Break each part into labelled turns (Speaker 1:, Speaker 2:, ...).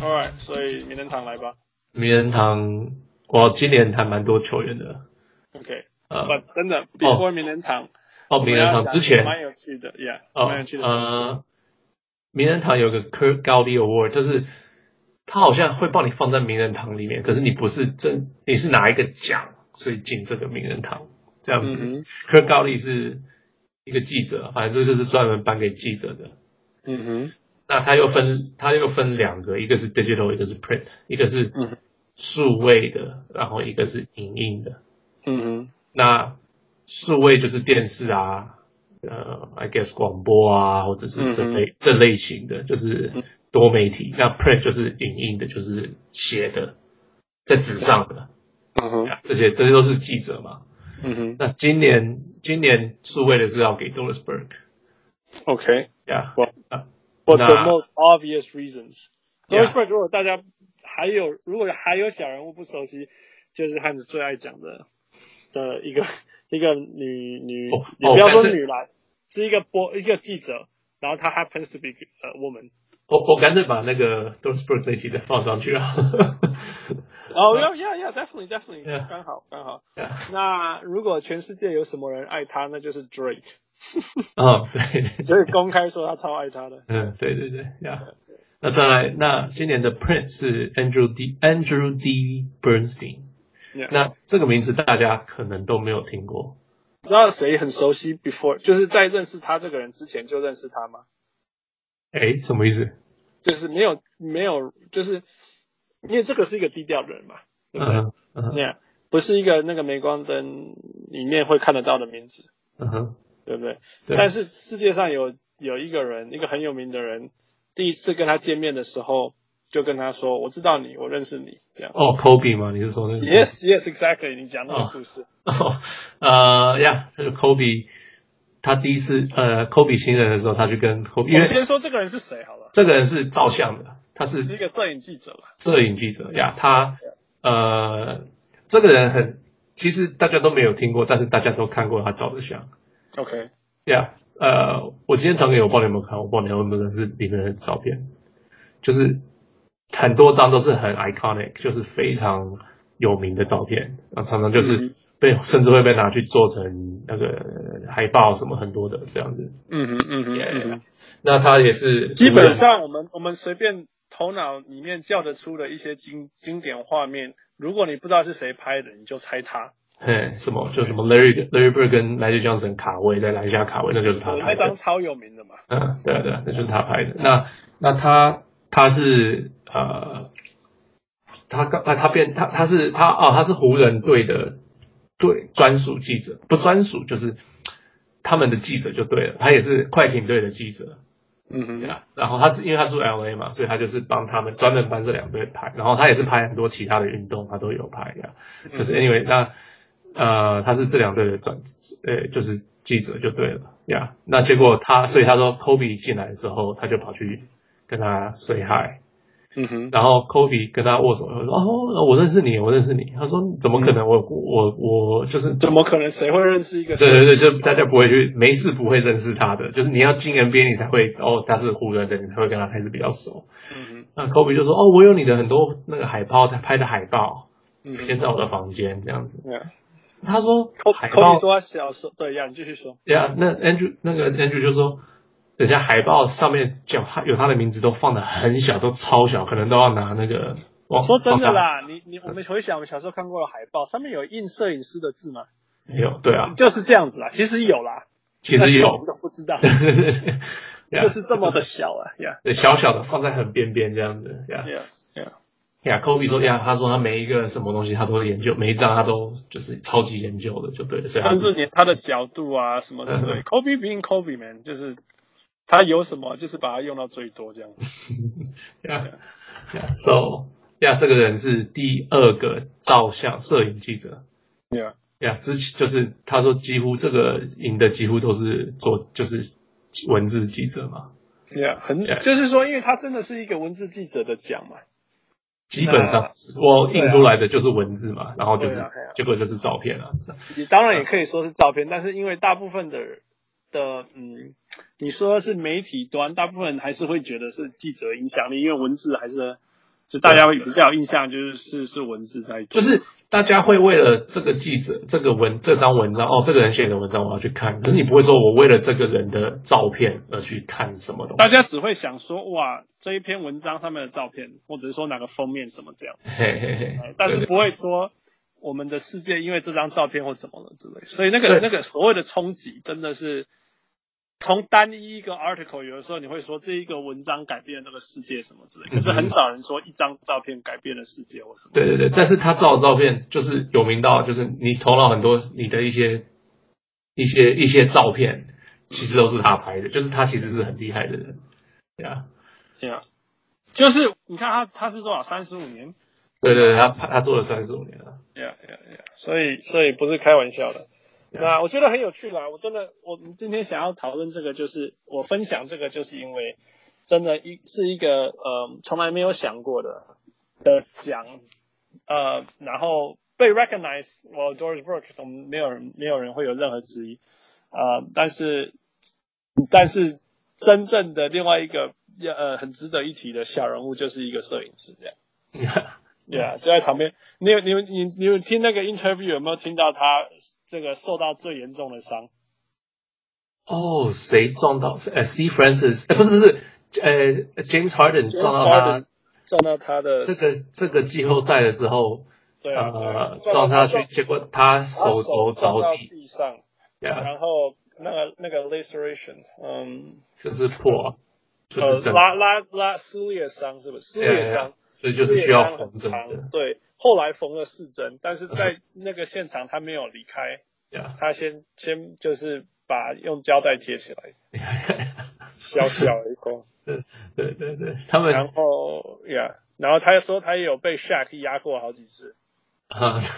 Speaker 1: ，Alright，所以名人堂来吧。
Speaker 2: 名人堂，我今年还蛮多球员的，
Speaker 1: OK，
Speaker 2: 呃，
Speaker 1: 不，真的，before 名人堂，
Speaker 2: 哦，名人堂之前，
Speaker 1: 蛮有趣的，Yeah，
Speaker 2: 哦，
Speaker 1: 蛮有趣的。
Speaker 2: 呃，名人堂有个 Kirk 高利 Award，就是他好像会帮你放在名人堂里面，可是你不是真，你是拿一个奖，所以进这个名人堂这样子。
Speaker 1: 嗯哼
Speaker 2: Kirk 高利是一个记者，反正这就是专门颁给记者的。
Speaker 1: 嗯哼，
Speaker 2: 那它又分，它又分两个，一个是 digital，一个是 print，一个是
Speaker 1: 嗯
Speaker 2: 数位的，然后一个是影印的。
Speaker 1: 嗯哼，
Speaker 2: 那数位就是电视啊，呃，I guess 广播啊，或者是这
Speaker 1: 嗯
Speaker 2: 类、这类型的，就是多媒体。那 print 就是影印的，就是写的，在纸上的，
Speaker 1: 嗯哼，
Speaker 2: 这些这些都是记者嘛。
Speaker 1: 嗯哼
Speaker 2: 那今年今年数位的是要给 Doris Burke，
Speaker 1: ，OK。
Speaker 2: 呀、
Speaker 1: Well,
Speaker 2: 啊
Speaker 1: For the
Speaker 2: 那
Speaker 1: most obvious reasons. d o
Speaker 2: Yeah.
Speaker 1: r i s b u r g 如果大家还有如果还有小人物不熟悉，就是汉子最爱讲的的一个 一个女女
Speaker 2: 哦，
Speaker 1: 也
Speaker 2: 哦
Speaker 1: 不要说
Speaker 2: 但是
Speaker 1: 女啦，是一个播一个记者，然后她 happens to be a woman。
Speaker 2: 我我干脆把那个 Doris Burke 那集再放上去啊。
Speaker 1: 哦、oh,，yeah yeah yeah definitely definitely
Speaker 2: 啊 Yeah.
Speaker 1: 刚好刚好。
Speaker 2: Yeah.
Speaker 1: 那如果全世界有什么人爱她，那就是 Drake，
Speaker 2: 啊，对对，
Speaker 1: 就是公开说他超爱她的。
Speaker 2: 嗯，对对对，呀、那再来，那今年的 Prince 是 Andrew D. Andrew D. Bernstein。
Speaker 1: Yeah.
Speaker 2: 那这个名字大家可能都没有听过，
Speaker 1: 知道谁很熟悉 before，就是在认识他这个人之前就认识他吗？
Speaker 2: 哎，什么意思？
Speaker 1: 就是没有没有，就是因为这个是一个低调的人嘛，对不对？
Speaker 2: 嗯嗯
Speaker 1: 那、样不是一个那个镁光灯里面会看得到的名字，
Speaker 2: 嗯哼，
Speaker 1: 对不对？
Speaker 2: 对
Speaker 1: 但是世界上有有一个人，一个很有名的人，第一次跟他见面的时候，就跟他说：“我知道你，我认识你。”这样。
Speaker 2: 哦，Kobe 吗？你是说那个
Speaker 1: Yes, yes, exactly。你讲那个故事，
Speaker 2: 哦，呃呀，那个 Kobe，他第一次呃，Kobe 新人的时候，他去跟 Kobe，
Speaker 1: 我
Speaker 2: 因
Speaker 1: 们
Speaker 2: 为
Speaker 1: 先说这个人是谁好了，
Speaker 2: 这个人是照相的，他是
Speaker 1: 是一个摄影记者吧？
Speaker 2: 摄影记者呀，他呃，这个人很，其实大家都没有听过，但是大家都看过他照的相。
Speaker 1: OK，
Speaker 2: Yeah，呃，我今天传给我，不知道你有没有看，我不知道你有没有认识里面的照片，就是很多张都是很 iconic，就是非常有名的照片，然后常常
Speaker 1: 嗯
Speaker 2: 就是被甚至会被拿去做成那个海报什么很多的这样子。
Speaker 1: 嗯哼，嗯哼
Speaker 2: Yeah，
Speaker 1: 嗯哼。
Speaker 2: 那他也是
Speaker 1: 基本上我们我们随便头脑里面叫得出的一些经经典画面，如果你不知道是谁拍的，你就猜他。
Speaker 2: 嘿什么就什么 Larry Larry Bird 跟 Magic Johnson 卡位在篮下卡位，那就是他
Speaker 1: 对
Speaker 2: 拍
Speaker 1: 那
Speaker 2: 的
Speaker 1: 张。超有名的嘛。
Speaker 2: 嗯，对啊对啊，那就是他拍的。那那他他是呃，他刚啊他变他他是他哦他是湖人队的队专属记者，不专属就是他们的记者就对了，他也是快艇队的记者。
Speaker 1: 嗯
Speaker 2: 对
Speaker 1: 哼，
Speaker 2: 啊，然后他是因为他住 L A 嘛，所以他就是帮他们专门帮这两队拍，然后他也是拍很多其他的运动，他都有拍呀、可是 anyway，那呃，他是这两队的专呃，就是记者就对了呀。那结果他，所以他说 Kobe 进来的时候，他就跑去跟他 say hi，
Speaker 1: 嗯哼，
Speaker 2: 然后 Kobe 跟他握手，他说哦，我认识你，我认识你。他说怎么可能？我我我就是
Speaker 1: 怎么可能？谁会认识一个？
Speaker 2: 对对对，就大家不会去，没事不会认识他的，就是你要进 NBA 你才会哦，他是湖人的，你才会跟他开始比较熟。
Speaker 1: 嗯
Speaker 2: 那 Kobe 就说哦，我有你的很多那个海报，他拍的海报，
Speaker 1: 哼，嗯
Speaker 2: 先
Speaker 1: 哼。
Speaker 2: 到我的房间这样子。
Speaker 1: Yeah
Speaker 2: 他说
Speaker 1: Kobe-
Speaker 2: 海
Speaker 1: Kobe
Speaker 2: 报，
Speaker 1: 说他小时候，对呀，你继续说。
Speaker 2: 呀、那 Andrew 那个 Andrew 就说，人家海报上面讲他有他的名字都放的很小，都超小，可能都要拿那个。我
Speaker 1: 说真的，啦，你你我们回想我们小时候看过的海报，上面有印摄影师的字吗？
Speaker 2: 没有，对啊，
Speaker 1: 就是这样子啦，其实有啦，
Speaker 2: 其
Speaker 1: 但
Speaker 2: 实
Speaker 1: 是我
Speaker 2: 有
Speaker 1: 们，都不 知道，
Speaker 2: yeah,
Speaker 1: 就是这么的小啊，Yeah
Speaker 2: 对 小小的放在很边边这样子，呀、
Speaker 1: Yeah Yeah，
Speaker 2: 呀，Kobe 说呀，他说他每一个什么东西他都研究，每一张他都就是超级研究的，就对了，所以他
Speaker 1: 但是
Speaker 2: 是
Speaker 1: 连他的角度啊什么之类
Speaker 2: 嗯
Speaker 1: ，Kobe being Kobe man，就是他有什么就是把它用到最多这样。
Speaker 2: 呀呀，so 呀，这个人是第二个照相摄影记者，
Speaker 1: Yeah，
Speaker 2: 呀，之前就是他说几乎这个赢的几乎都是做就是文字记者嘛，
Speaker 1: yeah，很
Speaker 2: Yeah
Speaker 1: 就是说，因为他真的是一个文字记者的奖嘛。
Speaker 2: 基本上是我印出来的就是文字嘛，然后就是、
Speaker 1: 啊对啊对啊
Speaker 2: 结果就是照片啊，
Speaker 1: 你当然也可以说是照片，但是因为大部分的的嗯，你说是媒体端，大部分还是会觉得是记者影响力，因为文字还是就大家会比较有印象，就是是是文字在
Speaker 2: 就
Speaker 1: 做，
Speaker 2: 是大家会为了这个记者、这个文、这张文章，哦，这个人写的文章我要去看，可是你不会说我为了这个人的照片而去看什么东西。
Speaker 1: 大家只会想说哇这一篇文章上面的照片，或者是说哪个封面什么这样，
Speaker 2: 嘿嘿嘿
Speaker 1: 哎，但是不会说我们的世界因为这张照片或怎么了之类，所以那个
Speaker 2: 对
Speaker 1: 那个所谓的冲击真的是。从单一一个 article，有的时候你会说这一个文章改变了这个世界什么之类，可是很少人说一张照片改变了世界或什么。
Speaker 2: 嗯对对对，但是他照的照片就是有名到，就是你头脑很多你的一些一些一些照片，其实都是他拍的，就是他其实是很厉害的人，对啊，
Speaker 1: 对啊，就是你看他他是多少三十五年，
Speaker 2: 对对对，他他做了三十五年了，
Speaker 1: 对呀对呀对呀，所以所以不是开玩笑的。那我觉得很有趣啦，我真的我们今天想要讨论这个，就是我分享这个，就是因为真的一是一个呃从来没有想过的的奖，呃，然后被 recognize，我 George Burke，我们没有人没有人会有任何质疑，呃，但是但是真正的另外一个呃很值得一提的小人物就是一个摄影师这样。对啊，就在旁边。你有你有你你有听那个 interview 有没有听到他这个受到最严重的伤？
Speaker 2: 哦，谁撞到？呃，Steve Francis，呃，不是不是，呃，James Harden 撞到他
Speaker 1: Harden 撞到他的
Speaker 2: 这个这个季后赛的时候，
Speaker 1: 对啊，对啊
Speaker 2: 呃，撞他去，
Speaker 1: 撞
Speaker 2: 结果他
Speaker 1: 他
Speaker 2: 手
Speaker 1: 手
Speaker 2: 肘
Speaker 1: 撞到
Speaker 2: 着地，
Speaker 1: 地上，
Speaker 2: 对啊，
Speaker 1: 然后那个那个 laceration，嗯，
Speaker 2: 就是破，就
Speaker 1: 呃
Speaker 2: 是，整，
Speaker 1: 拉拉拉撕裂伤是不是？撕裂
Speaker 2: 对啊
Speaker 1: 伤，
Speaker 2: 所以就
Speaker 1: 撕裂
Speaker 2: 是需要
Speaker 1: 伤
Speaker 2: 缝
Speaker 1: 很
Speaker 2: 针
Speaker 1: 长
Speaker 2: 的，，
Speaker 1: 对。后来缝了四针，但是在那个现场他没有离开，
Speaker 2: 对 啊，
Speaker 1: 他先先就是把用胶带贴起来，小小一个。
Speaker 2: 对对对，他们
Speaker 1: 然后，Yeah，然后他说他也有被 Shaq 压过好几次。
Speaker 2: 啊，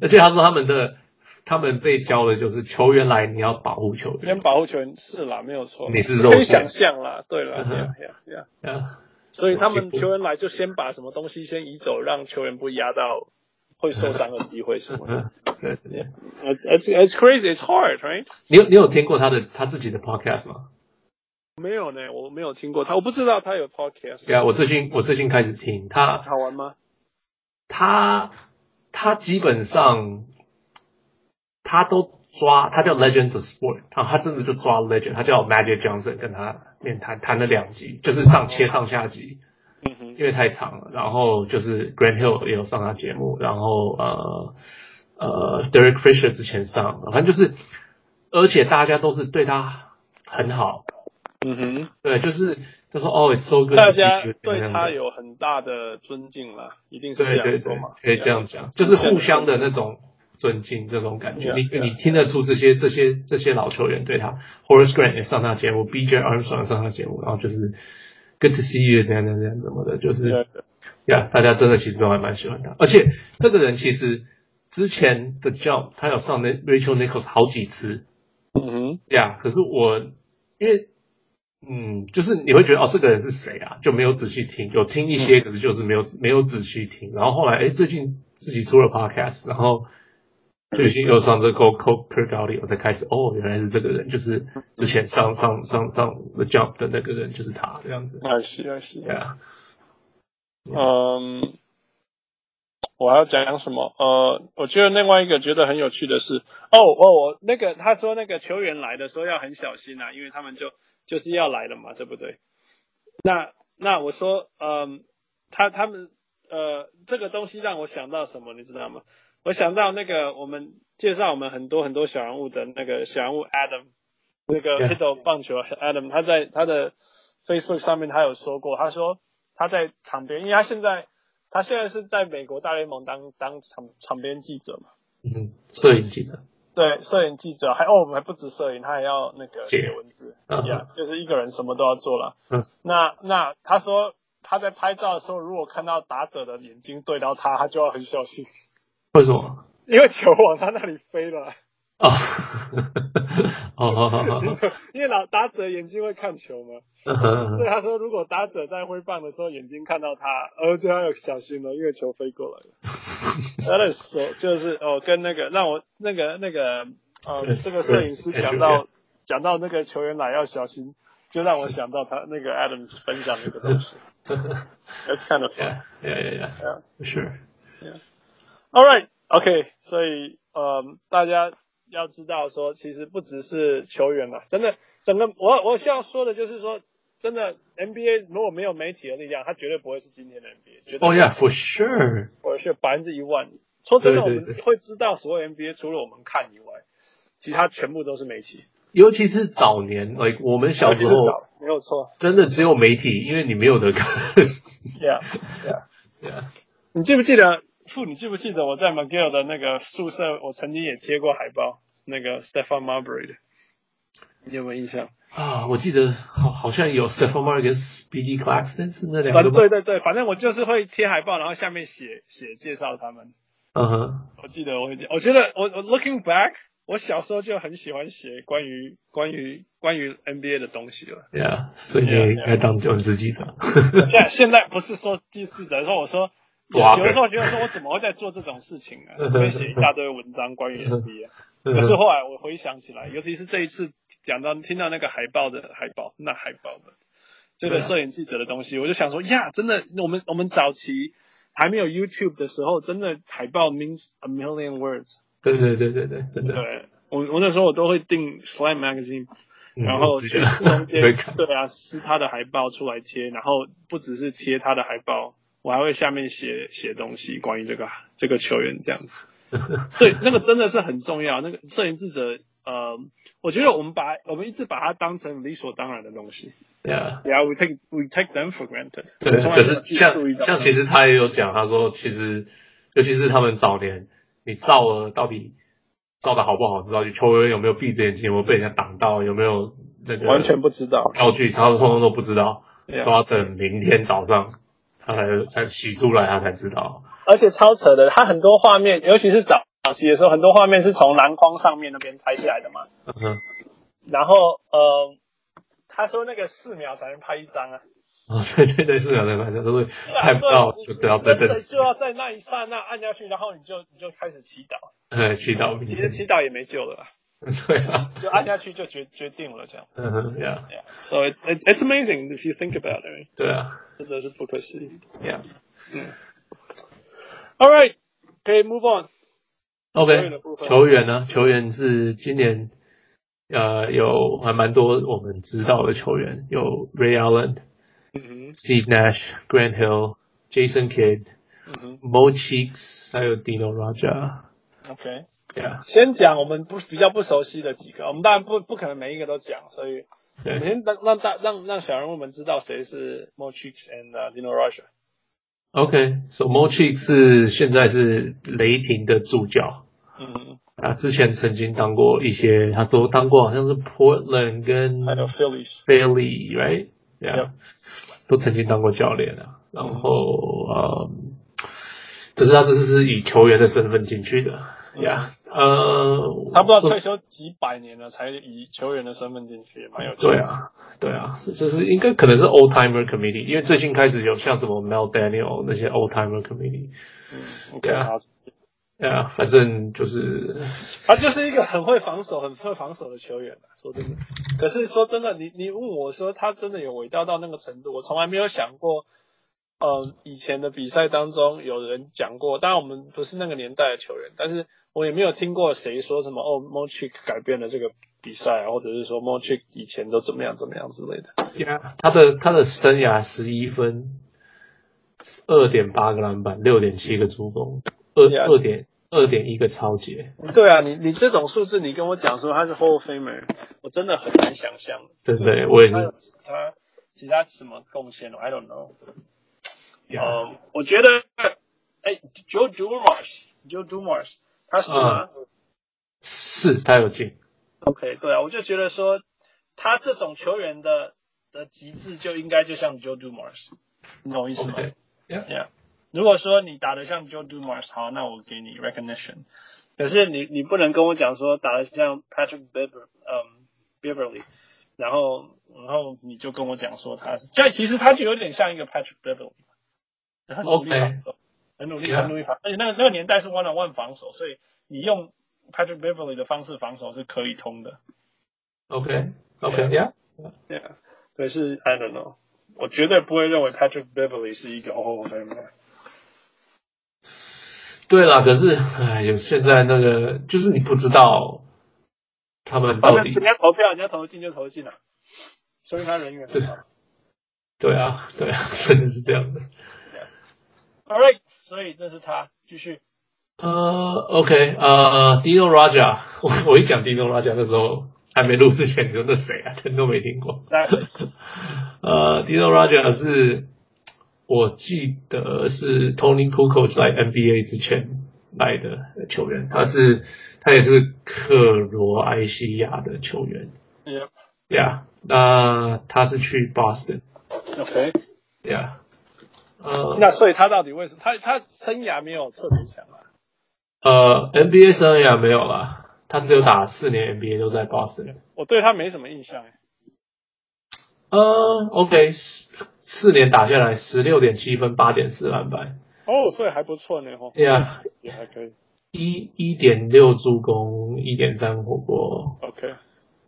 Speaker 2: 而且他说他们的他们被教的就是球员来你要保护球
Speaker 1: 因为
Speaker 2: 员，
Speaker 1: 保护球员是啦，没有错，
Speaker 2: 你是肉
Speaker 1: 可以
Speaker 2: 盾
Speaker 1: 想象啦，对啦
Speaker 2: 嗯哼
Speaker 1: y e a h y e a h y e a h
Speaker 2: 啊，
Speaker 1: 所以他们
Speaker 2: 我去
Speaker 1: 球员来就先把什么东西先移走，让球员不压到会受伤的机会什么的。
Speaker 2: 嗯，对对对，
Speaker 1: It's it's it's crazy, it's hard, right？
Speaker 2: 你有你有听过他的他自己的 podcast 吗？
Speaker 1: 没有呢，我没有听过他，我不知道他有 podcast，
Speaker 2: 对啊，我最近我最近开始听他
Speaker 1: 好玩吗？
Speaker 2: 他他基本上他都抓，他叫 Legends of Sport，他他真的就抓 Legend，他叫 Magic Johnson 跟他面谈谈了两集，就是上切上下集，
Speaker 1: 嗯哼，
Speaker 2: 因为太长了。然后就是 Grant Hill 也有上他节目，然后呃呃 Derek Fisher 之前上，反正就是，而且大家都是对他很好，
Speaker 1: 嗯哼，
Speaker 2: 对，就是他说哦，it's so good，to
Speaker 1: 大
Speaker 2: see
Speaker 1: 家
Speaker 2: you，
Speaker 1: 对他
Speaker 2: 这样子
Speaker 1: 有很大的尊敬啦，一定是这
Speaker 2: 对
Speaker 1: 样
Speaker 2: 对
Speaker 1: 说
Speaker 2: 对
Speaker 1: 嘛，，
Speaker 2: 可以
Speaker 1: Yeah
Speaker 2: 这样讲，就是互相的那种尊敬，这种感觉。
Speaker 1: Yeah,
Speaker 2: 你
Speaker 1: yeah.
Speaker 2: 你听得出这些这些这些老球员对他，Horace Grant 也上他节目，B.J. Armstrong 上他节目，然后就是 Good to see you 这样这样这样怎么的，就是
Speaker 1: 对
Speaker 2: 呀
Speaker 1: 对
Speaker 2: 大家真的其实都还蛮喜欢他。而且这个人其实之前的 Jump 他有上那 Rachel Nichols 好几次
Speaker 1: 嗯哼，
Speaker 2: 呀可是我因为。嗯，就是你会觉得哦，这个人是谁啊？就没有仔细听，有听一些，可是就是没有没有仔细听。然后后来，哎，最近自己出了 podcast，然后最近又上这个 Co k e r g a l i 我才开始哦，原来是这个人，就是之前上上上上 The Jump 的那个人，就是他这样子。
Speaker 1: 二十二十
Speaker 2: 对。啊，
Speaker 1: 嗯，我还要讲什么？呃，我觉得另外一个觉得很有趣的是，哦哦，我那个他说那个球员来的时候要很小心啊，因为他们就就是要来了嘛，对不对？那那我说，嗯，他他们呃，这个东西让我想到什么，你知道吗？我想到那个我们介绍我们很多很多小人物的那个小人物 Adam，那个
Speaker 2: Yeah.
Speaker 1: h i d d l 棒球 Adam，他在他的 Facebook 上面他有说过，他说他在场边，因为他现在他现在是在美国大联盟当当场场边记者嘛，
Speaker 2: 嗯，摄影记者，
Speaker 1: 对，摄影记者还哦，我们还不止摄影，他还要那个
Speaker 2: 写
Speaker 1: 写文字，
Speaker 2: 嗯
Speaker 1: 呀、就是一个人什么都要做了。
Speaker 2: 嗯
Speaker 1: 那那他说他在拍照的时候，如果看到打者的眼睛对到他，他就要很小心，
Speaker 2: 为什么？
Speaker 1: 因为球往他那里飞了。
Speaker 2: 哦， 哦，好好 好，
Speaker 1: 因为老打者眼睛会看球嘛，所以他说如果打者在挥棒的时候眼睛看到他，呃，就要小心了，因为球飞过来了。他的手就是哦，跟那个让我那个那个呃，这个摄影师 讲到讲到那个球员来要小心，就让我想到他那个 Adams 分享那个东西。 That's kind of fun.
Speaker 2: Yeah, yeah, yeah, yeah.
Speaker 1: Yeah.
Speaker 2: For sure.
Speaker 1: All right, OK，所以嗯，大家要知道说，其实不只是球员啦，真的，整个我我需要说的就是说，真的 NBA 如果没有媒体的力量，它绝对不会是今天的 NBA，绝对
Speaker 2: Oh yeah, for sure.
Speaker 1: 我是百分之一万。说真的，我
Speaker 2: 对对
Speaker 1: 们
Speaker 2: 对
Speaker 1: 会知道所有 NBA 除了我们看以外，其他全部都是媒体，
Speaker 2: 尤其是早年，like 我们小
Speaker 1: 尤
Speaker 2: 时
Speaker 1: 其是
Speaker 2: 候
Speaker 1: 早，没有错
Speaker 2: 真的只有媒体，因为你没有得看。
Speaker 1: ，Yeah Yeah。
Speaker 2: yeah.
Speaker 1: 你记不记得？傅，你记不记得我在 McGill 的那个宿舍，我曾经也贴过海报，那个 Stefan Marbury 的，你有没有印象？
Speaker 2: 啊，我记得好好像有 Stephen m a r 跟 Speedy Claxton 是那两
Speaker 1: 反
Speaker 2: 个
Speaker 1: 正对
Speaker 2: 吗？
Speaker 1: 对对，反正我就是会贴海报，然后下面写写介绍他们。
Speaker 2: 嗯哼，
Speaker 1: 我记得我会这样，我觉得我我 looking back，我小时候就很喜欢写关于关于关于 NBA 的东西了。
Speaker 2: 对啊，所以你
Speaker 1: Yeah,
Speaker 2: 也
Speaker 1: yeah.
Speaker 2: 应该当九职记者。
Speaker 1: 现在现在不是说记记者，说我说有
Speaker 2: 哇
Speaker 1: 有的时候觉得说我怎么会在做这种事情呢、啊？会写一大堆文章关于 NBA。可是后来我回想起来，尤其是这一次讲到听到那个海报的海报，那海报的这个
Speaker 2: 对啊
Speaker 1: 摄影记者的东西，我就想说呀，真的，我们我们早期还没有 YouTube 的时候，真的海报 means a million words
Speaker 2: 对对对对对，真
Speaker 1: 对。
Speaker 2: 的。
Speaker 1: 我我那时候我都会订 Slam Magazine，
Speaker 2: 嗯
Speaker 1: 然
Speaker 2: 我
Speaker 1: 后
Speaker 2: 记
Speaker 1: 去
Speaker 2: 得
Speaker 1: 中间
Speaker 2: 会看。
Speaker 1: 对啊撕他的海报出来贴，然后不只是贴他的海报，我还会下面写写东西关于这个这个球员这样子。对，那个真的是很重要。那个摄影记者，呃，我觉得我们把我们一直把它当成理所当然的东西。
Speaker 2: Yeah，
Speaker 1: Yeah, we take we take them for granted。
Speaker 2: 对。
Speaker 1: 我从来
Speaker 2: 可
Speaker 1: 没有
Speaker 2: 是
Speaker 1: 去
Speaker 2: 像
Speaker 1: 注意到
Speaker 2: 像其实他也有讲，他说其实尤其是他们早年，你照了到底照的好不好，知道球员有没有闭着眼睛，有没有被人家挡到，有没有那个
Speaker 1: 完全不啊知道。
Speaker 2: 道具，他们通通都不知道，
Speaker 1: Yeah
Speaker 2: 都要等明天早上他才才洗出来，他才知道。
Speaker 1: 而且超扯的，它很多画面，尤其是早早期的时候，很多画面是从篮筐上面那边拍下来的嘛。
Speaker 2: 嗯哼，
Speaker 1: 然后呃，他说那个四秒才能拍一张啊，
Speaker 2: 哦，对对对，是的，对对对，都是拍不到就都要再
Speaker 1: 真
Speaker 2: 等
Speaker 1: 的，就要在那一刹那按下去，然后你就你就开始祈祷，
Speaker 2: 呃，祈祷明
Speaker 1: 其实
Speaker 2: 天。
Speaker 1: 祈祷也没救了啦，
Speaker 2: 对啊，
Speaker 1: 就按下去就决决定了这样。
Speaker 2: 嗯哼，yeah，
Speaker 1: Yeah. So it's it's it's amazing if you think about it，
Speaker 2: 对啊
Speaker 1: 真的是不可思议。
Speaker 2: ，yeah。
Speaker 1: All right，可以 move on。员的
Speaker 2: OK，
Speaker 1: 部分
Speaker 2: 球员呢？球员是今年呃有还蛮多我们知道的球员，有 Ray Allen、
Speaker 1: 嗯
Speaker 2: Steve Nash、Grant Hill、Jason Kidd、
Speaker 1: 哼，嗯
Speaker 2: Mo Cheeks，还有 Dino Raja。
Speaker 1: 哼，OK。
Speaker 2: Yeah，
Speaker 1: 先讲我们不比较不熟悉的几个，我们当然不不可能每一个都讲，所以我
Speaker 2: 对
Speaker 1: 们。先让让大让让小人物们知道谁是 Mo Cheeks and、uh, Dino Raja。
Speaker 2: OK，so、Mo Cheek 是现在是雷霆的助教
Speaker 1: 嗯哼，
Speaker 2: 啊，之前曾经当过一些，他说当过好像是 Portland 跟
Speaker 1: 还有 Phillies。
Speaker 2: Philly，right？Yeah，
Speaker 1: Yep
Speaker 2: 都曾经当过教练啊。然后嗯，可是他这次是以球员的身份进去的，Yeah，呃，
Speaker 1: 嗯他不知道
Speaker 2: 说
Speaker 1: 退休几百年了，才以球员的身份进去，也蛮有趣的。
Speaker 2: 对啊，对啊，就是应该可能是 old timer committee，因为最近开始有像什么 Mel Daniel 那些 old timer committee，
Speaker 1: OK，
Speaker 2: Yeah
Speaker 1: 好，
Speaker 2: 啊，反正就是
Speaker 1: 他就是一个很会防守、很会防守的球员啊说真的，可是说真的，你你问我说他真的有伟大到那个程度，我从来没有想过。呃，以前的比赛当中有人讲过，当然我们不是那个年代的球员，但是我也没有听过谁说什么哦 m o c h i k 改变了这个比赛啊，或者是说 m o c h i k 以前都怎么样怎么样之类的。
Speaker 2: Yeah，他的他的生涯十一分，二点八个篮板，六点七个助攻，二
Speaker 1: Yeah
Speaker 2: 二点二点一个超截，
Speaker 1: 对啊，你你这种数字，你跟我讲说他是 Hall of Famer，我真的很难想象。
Speaker 2: 真的，我也
Speaker 1: 还有
Speaker 2: 是。
Speaker 1: 其他其他什么贡献？I don't know。
Speaker 2: Yeah
Speaker 1: 呃，我觉得，哎，Joe Dumars，Joe Dumars，他是
Speaker 2: 啊
Speaker 1: 吗、
Speaker 2: 是他有进，
Speaker 1: o k 对啊，我就觉得说，他这种球员的的极致就应该就像 Joe Dumars，你懂我意思吗
Speaker 2: OK Yeah
Speaker 1: Yeah 如果说你打得像 Joe Dumars，好，那我给你 recognition。可是你你不能跟我讲说打得像 Patrick Bieber，嗯，Beverly，然后然后你就跟我讲说他，这样其实他就有点像一个 Patrick Beverly，很努力
Speaker 2: OK
Speaker 1: 防守很努力
Speaker 2: Yeah
Speaker 1: 很努力防，而且那个那个年代是 one on one 防守，所以你用 Patrick Beverly 的方式防守是可以通的。
Speaker 2: ，OK OK Yeah，
Speaker 1: 对啊，可是 I don't know。我绝对不会认为 Patrick Beverly 是一个 All of Famer。
Speaker 2: 对啦，可是哎呦，现在那个就是你不知道他们
Speaker 1: 反
Speaker 2: 到
Speaker 1: 正
Speaker 2: 底
Speaker 1: 人家投票，人家投进就投进了，所以他人缘很好。
Speaker 2: 对啊，对啊， 真的是这样的。
Speaker 1: All right，所以那是他继续。
Speaker 2: 呃，OK，呃，Dino Raja，我我一讲 Dino Raja 那时候还没录之前，你说那谁啊？ 真都没听过。
Speaker 1: 那
Speaker 2: 呃，Dino Raja 是，我记得是 Tony Kukoc 来 NBA 之前来的球员，他是他也是克罗埃西亚的球员
Speaker 1: Yeah，
Speaker 2: ，Yeah，那他是去 Boston，Yeah，
Speaker 1: OK，
Speaker 2: 呃
Speaker 1: 那所以他到底为什么？他他生涯没有特别强啊。
Speaker 2: 呃，NBA 生涯没有啦，他只有打四年 NBA 都在 Boston。
Speaker 1: 我对他没什么印象哎。
Speaker 2: 呃，OK，四四年打下来，十六点七分，八点四篮板
Speaker 1: 哦，所以还不错呢吼，
Speaker 2: ，Yeah，
Speaker 1: 也还可以。
Speaker 2: 一一点六助攻，一点三火锅
Speaker 1: OK，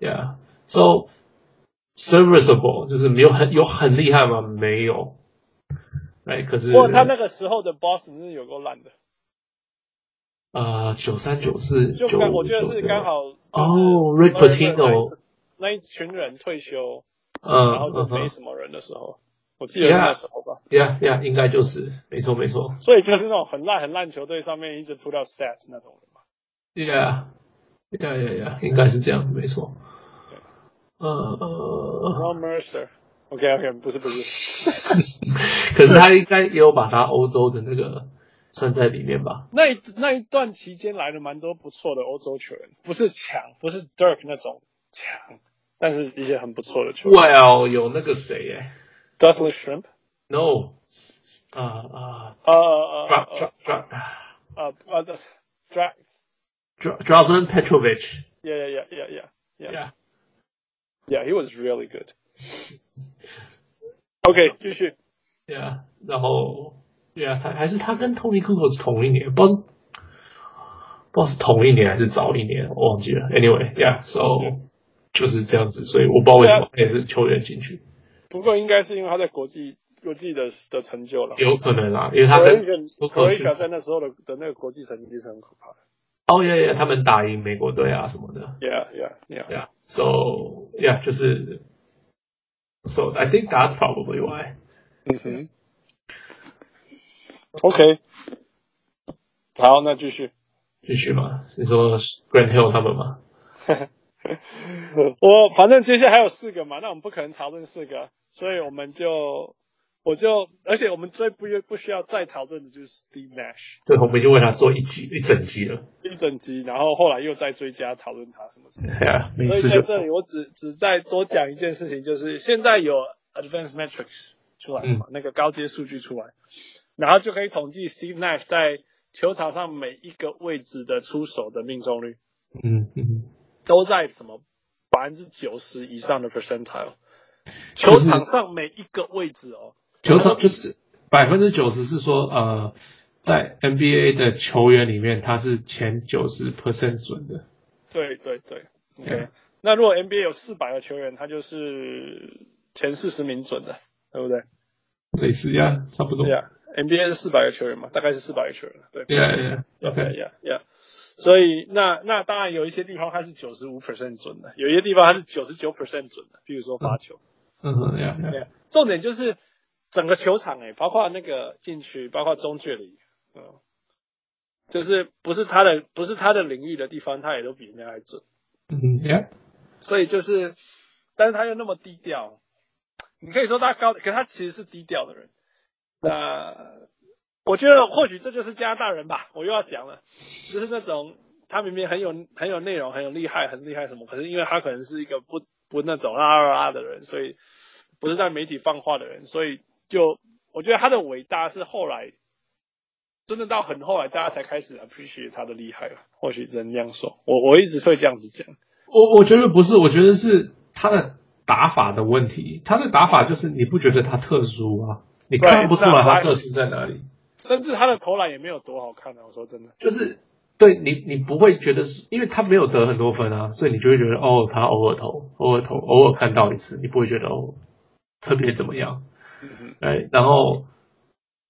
Speaker 2: ，Yeah，so serviceable 就是没有很有很厉害吗？没有，Right，可是
Speaker 1: 不过他那个时候的 Boston 是有够烂的，
Speaker 2: 呃九三九四
Speaker 1: 就
Speaker 2: 九
Speaker 1: 刚
Speaker 2: 五
Speaker 1: 我觉得是刚好
Speaker 2: 哦，Rick
Speaker 1: p
Speaker 2: Pitino，
Speaker 1: 那一群人退休，
Speaker 2: 嗯
Speaker 1: 然后就
Speaker 2: 嗯
Speaker 1: 没
Speaker 2: 哼
Speaker 1: 什么人的时候，我记得是那时候吧。
Speaker 2: ，Yeah Yeah，应该就是没错没错
Speaker 1: 所以就是那种很烂很烂球队上面一直 put up stats 那种人嘛。
Speaker 2: ，Yeah Yeah Yeah Yeah，应该是这样子没错，呃呃。
Speaker 1: 然后 Mercer，OK OK，不是不是，
Speaker 2: 可是他应该也有把他欧洲的那个算在里面吧？
Speaker 1: 那一那一段期间来了蛮多不错的欧洲球员，不是强，不是 Dirk 那种强，但是一些很不错的球员。
Speaker 2: Well，有那个谁耶
Speaker 1: Dustin Shrimp，
Speaker 2: ？No，啊啊
Speaker 1: 呃呃
Speaker 2: ，Dra
Speaker 1: 呃
Speaker 2: Dra Dra
Speaker 1: 呃呃呃，Drag。
Speaker 2: Dra Drazen Petrovic。
Speaker 1: Yeah, yeah, yeah, yeah, yeah, yeah.
Speaker 2: Yeah，
Speaker 1: Yeah, he was really good. OK，继续。
Speaker 2: yeah，然后 yeah，他还是他跟 Tony Kukoc 是同一年，不知道是不知道是同一年还是早一年，我忘记了。Anyway，yeah，so 就是这样子，所以我不知道为什么他也是球员进去，
Speaker 1: 不过应该是因为他在国际国际的的成就了。
Speaker 2: 有可能啊，因为他跟
Speaker 1: Croatia
Speaker 2: Kukoc 是
Speaker 1: Croatia 在那时候的的那个国际成绩是很可怕的。
Speaker 2: 哦耶耶，他们打赢美国队啊什么的。
Speaker 1: Yeah, yeah, yeah.
Speaker 2: Yeah. So yeah, 就是 So I think that's probably why.
Speaker 1: 嗯哼。OK，好，那继续。
Speaker 2: 继续嘛，你说 Grand Hill 他们嘛？
Speaker 1: 我反正接下来还有四个嘛，那我们不可能讨论四个，所以我们就我就，而且我们最不不需要再讨论的就是 Steve Nash。
Speaker 2: 对，我们已经为他做一集一整集了。
Speaker 1: 一整集，然后后来又再追加讨论他什么之类的。
Speaker 2: 对啊，每
Speaker 1: 所以
Speaker 2: 次
Speaker 1: 在
Speaker 2: 就
Speaker 1: 这里，我只只再多讲一件事情，就是现在有 Advanced Metrics 出来了嘛，那个高阶数据出来，然后就可以统计 Steve Nash 在球场上每一个位置的出手的命中率，
Speaker 2: 嗯嗯，
Speaker 1: 都在什么百分之九十以上的 percentile。球场上每一个位置哦，
Speaker 2: 球场就是百分之九十是说呃，在 NBA 的球员里面他是前九十 percent 准的。
Speaker 1: 对对对，OK
Speaker 2: 嗯。
Speaker 1: 那如果 NBA 有四百个球员，他就是前四十名准的，对不对？
Speaker 2: 类似呀，差不多。
Speaker 1: 对呀 NBA 是四百个球员嘛，大概是四百个球员，对。
Speaker 2: Yeah, yeah,
Speaker 1: OK，
Speaker 2: OK.
Speaker 1: 呀呀，所以那那当然有一些地方它是九十五 percent 准的，有一些地方它是九十九 percent 准的，比如说罚球。
Speaker 2: 嗯哼，Yeah, yeah.
Speaker 1: Yeah，重点就是整个球场哎、欸，包括那个禁区，包括中距离，嗯，就是不是他的不是他的领域的地方，他也都比人家还准。
Speaker 2: 嗯，Yeah.
Speaker 1: 所以就是，但是他又那么低调，你可以说他高，可他其实是低调的人。那我觉得或许这就是加拿大人吧，我又要讲了，就是那种他明明很有很有内容、很有厉害、很厉害什么，可是因为他可能是一个不不那种啦啦啦的人，所以不是在媒体放话的人，所以就我觉得他的伟大是后来。真的到很后来，大家才开始 appreciate 他的厉害了。或许只能这样说，我我一直会这样子讲。
Speaker 2: 我我觉得不是，我觉得是他的打法的问题。他的打法就是你不觉得他特殊啊？你看不出来他特殊在哪里，
Speaker 1: 甚至他的投篮也没有多好看啊！我说真的，
Speaker 2: 就是对你你不会觉得是，因为他没有得很多分啊，所以你就会觉得哦，他偶尔投，偶尔投，偶尔看到一次，你不会觉得哦特别怎么样。
Speaker 1: 嗯
Speaker 2: 哎，然后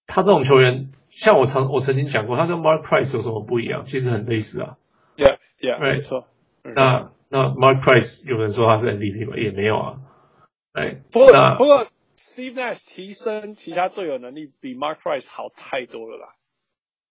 Speaker 2: 他这种球员，像我曾我曾经讲过，他跟 Mark Price 有什么不一样？其实很类似啊。
Speaker 1: Yeah, yeah，
Speaker 2: Right.
Speaker 1: 没错。
Speaker 2: 那那 Mark Price 有人说他是 MVP 吗？也没有啊。哎，
Speaker 1: 不过
Speaker 2: 那
Speaker 1: 不过，Steve Nash 提升其他队友能力比 Mark Price 好太多了啦，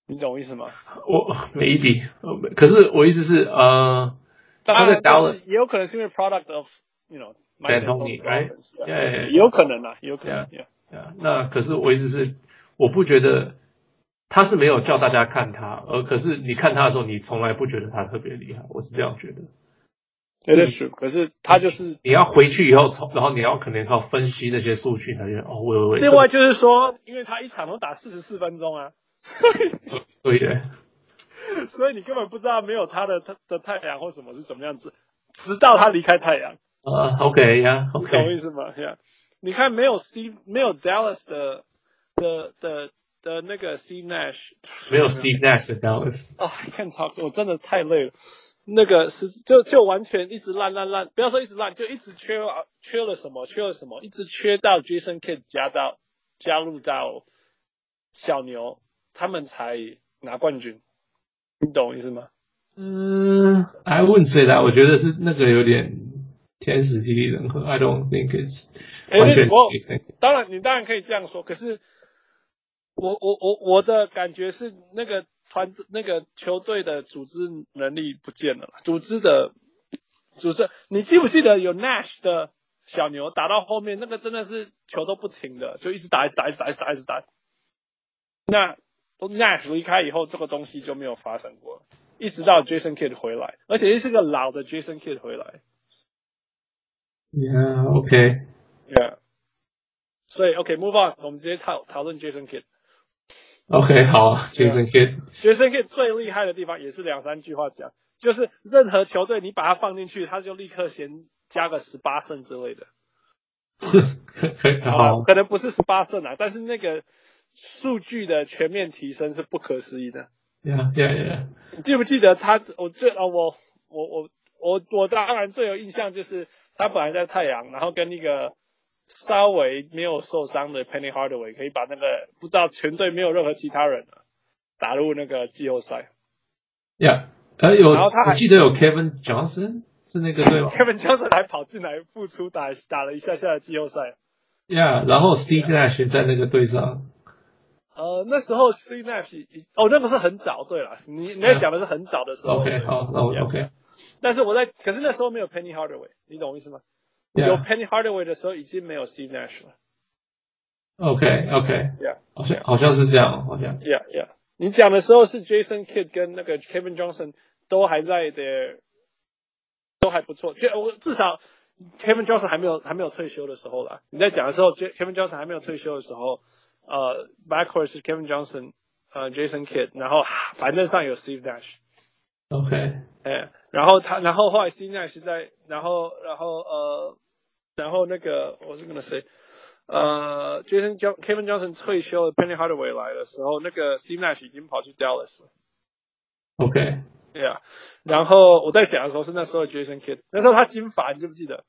Speaker 1: 你懂我意思吗？
Speaker 2: 我 maybe，呃可是我意思是呃，
Speaker 1: 当
Speaker 2: 在
Speaker 1: 然，但
Speaker 2: Dallas-
Speaker 1: 是也有可能是因为 product of you know
Speaker 2: Dan
Speaker 1: Mike
Speaker 2: Tony,
Speaker 1: D'Antoni's
Speaker 2: right?
Speaker 1: offense，yeah，
Speaker 2: yeah, yeah, yeah.
Speaker 1: 有可能啊，有可能
Speaker 2: Yeah.。
Speaker 1: yeah
Speaker 2: 啊，那可是我意思是，我不觉得他是没有叫大家看他，而可是你看他的时候，你从来不觉得他特别厉害，我是这样觉得。
Speaker 1: It is true，可是他就是
Speaker 2: 你要回去以后，从然后你要可能要分析那些数据，才觉得哦，喂喂喂，
Speaker 1: 另外就是说，因为他一场都打四十四分钟啊，
Speaker 2: 对耶，
Speaker 1: 所以你根本不知道没有他的他的太阳或什么是怎么样子，直到他离开太阳，
Speaker 2: 啊，OK 呀
Speaker 1: 你懂我
Speaker 2: ，OK，
Speaker 1: 意思吗？Yeah，你看没有 Steve 没有 Dallas 的的的的那个 Steve Nash，
Speaker 2: 没有 Steve Nash 的 Dallas，
Speaker 1: 啊、i can't talk，我真的太累了。那个是就就完全一直烂烂烂，不要说一直烂，就一直缺啊缺了什么缺了什么，一直缺到 Jason Kidd 加到加入到小牛，他们才拿冠军，你懂我意思吗？
Speaker 2: 嗯，I wouldn't say that，我觉得是那个有点天时地利人和，I don't think it's
Speaker 1: 哎
Speaker 2: 完
Speaker 1: 那
Speaker 2: 全
Speaker 1: 时候当然，你当然可以这样说，可是我我我我的感觉是，那个团那个球队的组织能力不见了，组织的组织，你记不记得有 Nash 的小牛打到后面，那个真的是球都不停的，就一直打，一直打，一直打，一直打，一直打。那 Nash 离开以后，这个东西就没有发生过了，一直到 Jason Kidd 回来，而且是个老的 Jason Kidd 回来。
Speaker 2: ，Yeah，OK，、Yeah，OK
Speaker 1: Yeah，所以 OK，move、on，我们直接讨讨论 Jason Kidd。
Speaker 2: OK，好啊，Jason Kidd，
Speaker 1: 学生 K 最厉害的地方也是两三句话讲，就是任何球队你把他放进去，他就立刻先加个十八胜之类的。
Speaker 2: 好啊
Speaker 1: 吧，可能不是十八胜啊，但是那个数据的全面提升是不可思议的。
Speaker 2: ，Yeah Yeah Yeah，
Speaker 1: 你记不记得他？我最啊，我我我我我当然最有印象就是他本来在太阳，然后跟那个稍微没有受伤的 Penny Hardaway 可以把那个不知道全队没有任何其他人了打入那个季后赛。
Speaker 2: Yeah，呃，有，
Speaker 1: 然后他还
Speaker 2: 我记得有 Kevin Johnson 是哦那个对吗
Speaker 1: Kevin Johnson 还跑进来复出打打了一下下的季后赛。
Speaker 2: ？Yeah，然后 Steve Nash 也在那个队上，
Speaker 1: 呃，那时候 Steve Nash 已哦，那个是很早，对了， 你你在讲的是很早的时候。
Speaker 2: OK，好，那我
Speaker 1: Yeah.
Speaker 2: OK，
Speaker 1: 但是我在，可是那时候没有 Penny Hardaway，你懂我意思吗有
Speaker 2: Yeah，
Speaker 1: Penny Hardaway 的时候已经没有 Steve Nash 了。
Speaker 2: OK OK，
Speaker 1: Yeah.
Speaker 2: 好像好像是这样，好像
Speaker 1: Yeah, yeah。你讲的时候是 Jason Kidd 跟那个 Kevin Johnson 都还在的，都还不错。就我至少 Kevin Johnson 还没有还没有退休的时候啦。你在讲的时候，J-，Kevin Johnson 还没有退休的时候，呃，backward 是 Kevin Johnson，呃，Jason Kidd，然后反正上有 Steve Nash，
Speaker 2: OK，
Speaker 1: 哎，然后他，然后后来 Steve Nash 在，然后然后呃，然后那个我是 gonna say。呃，Jason John Kevin Johnson 退休了，Penny Hardaway 来的时候，那个 Steve Nash 已经跑去 Dallas 了。
Speaker 2: OK，
Speaker 1: 对啊，然后我在讲的时候是那时候的 Jason Kidd，那时候他金发，你记不记得？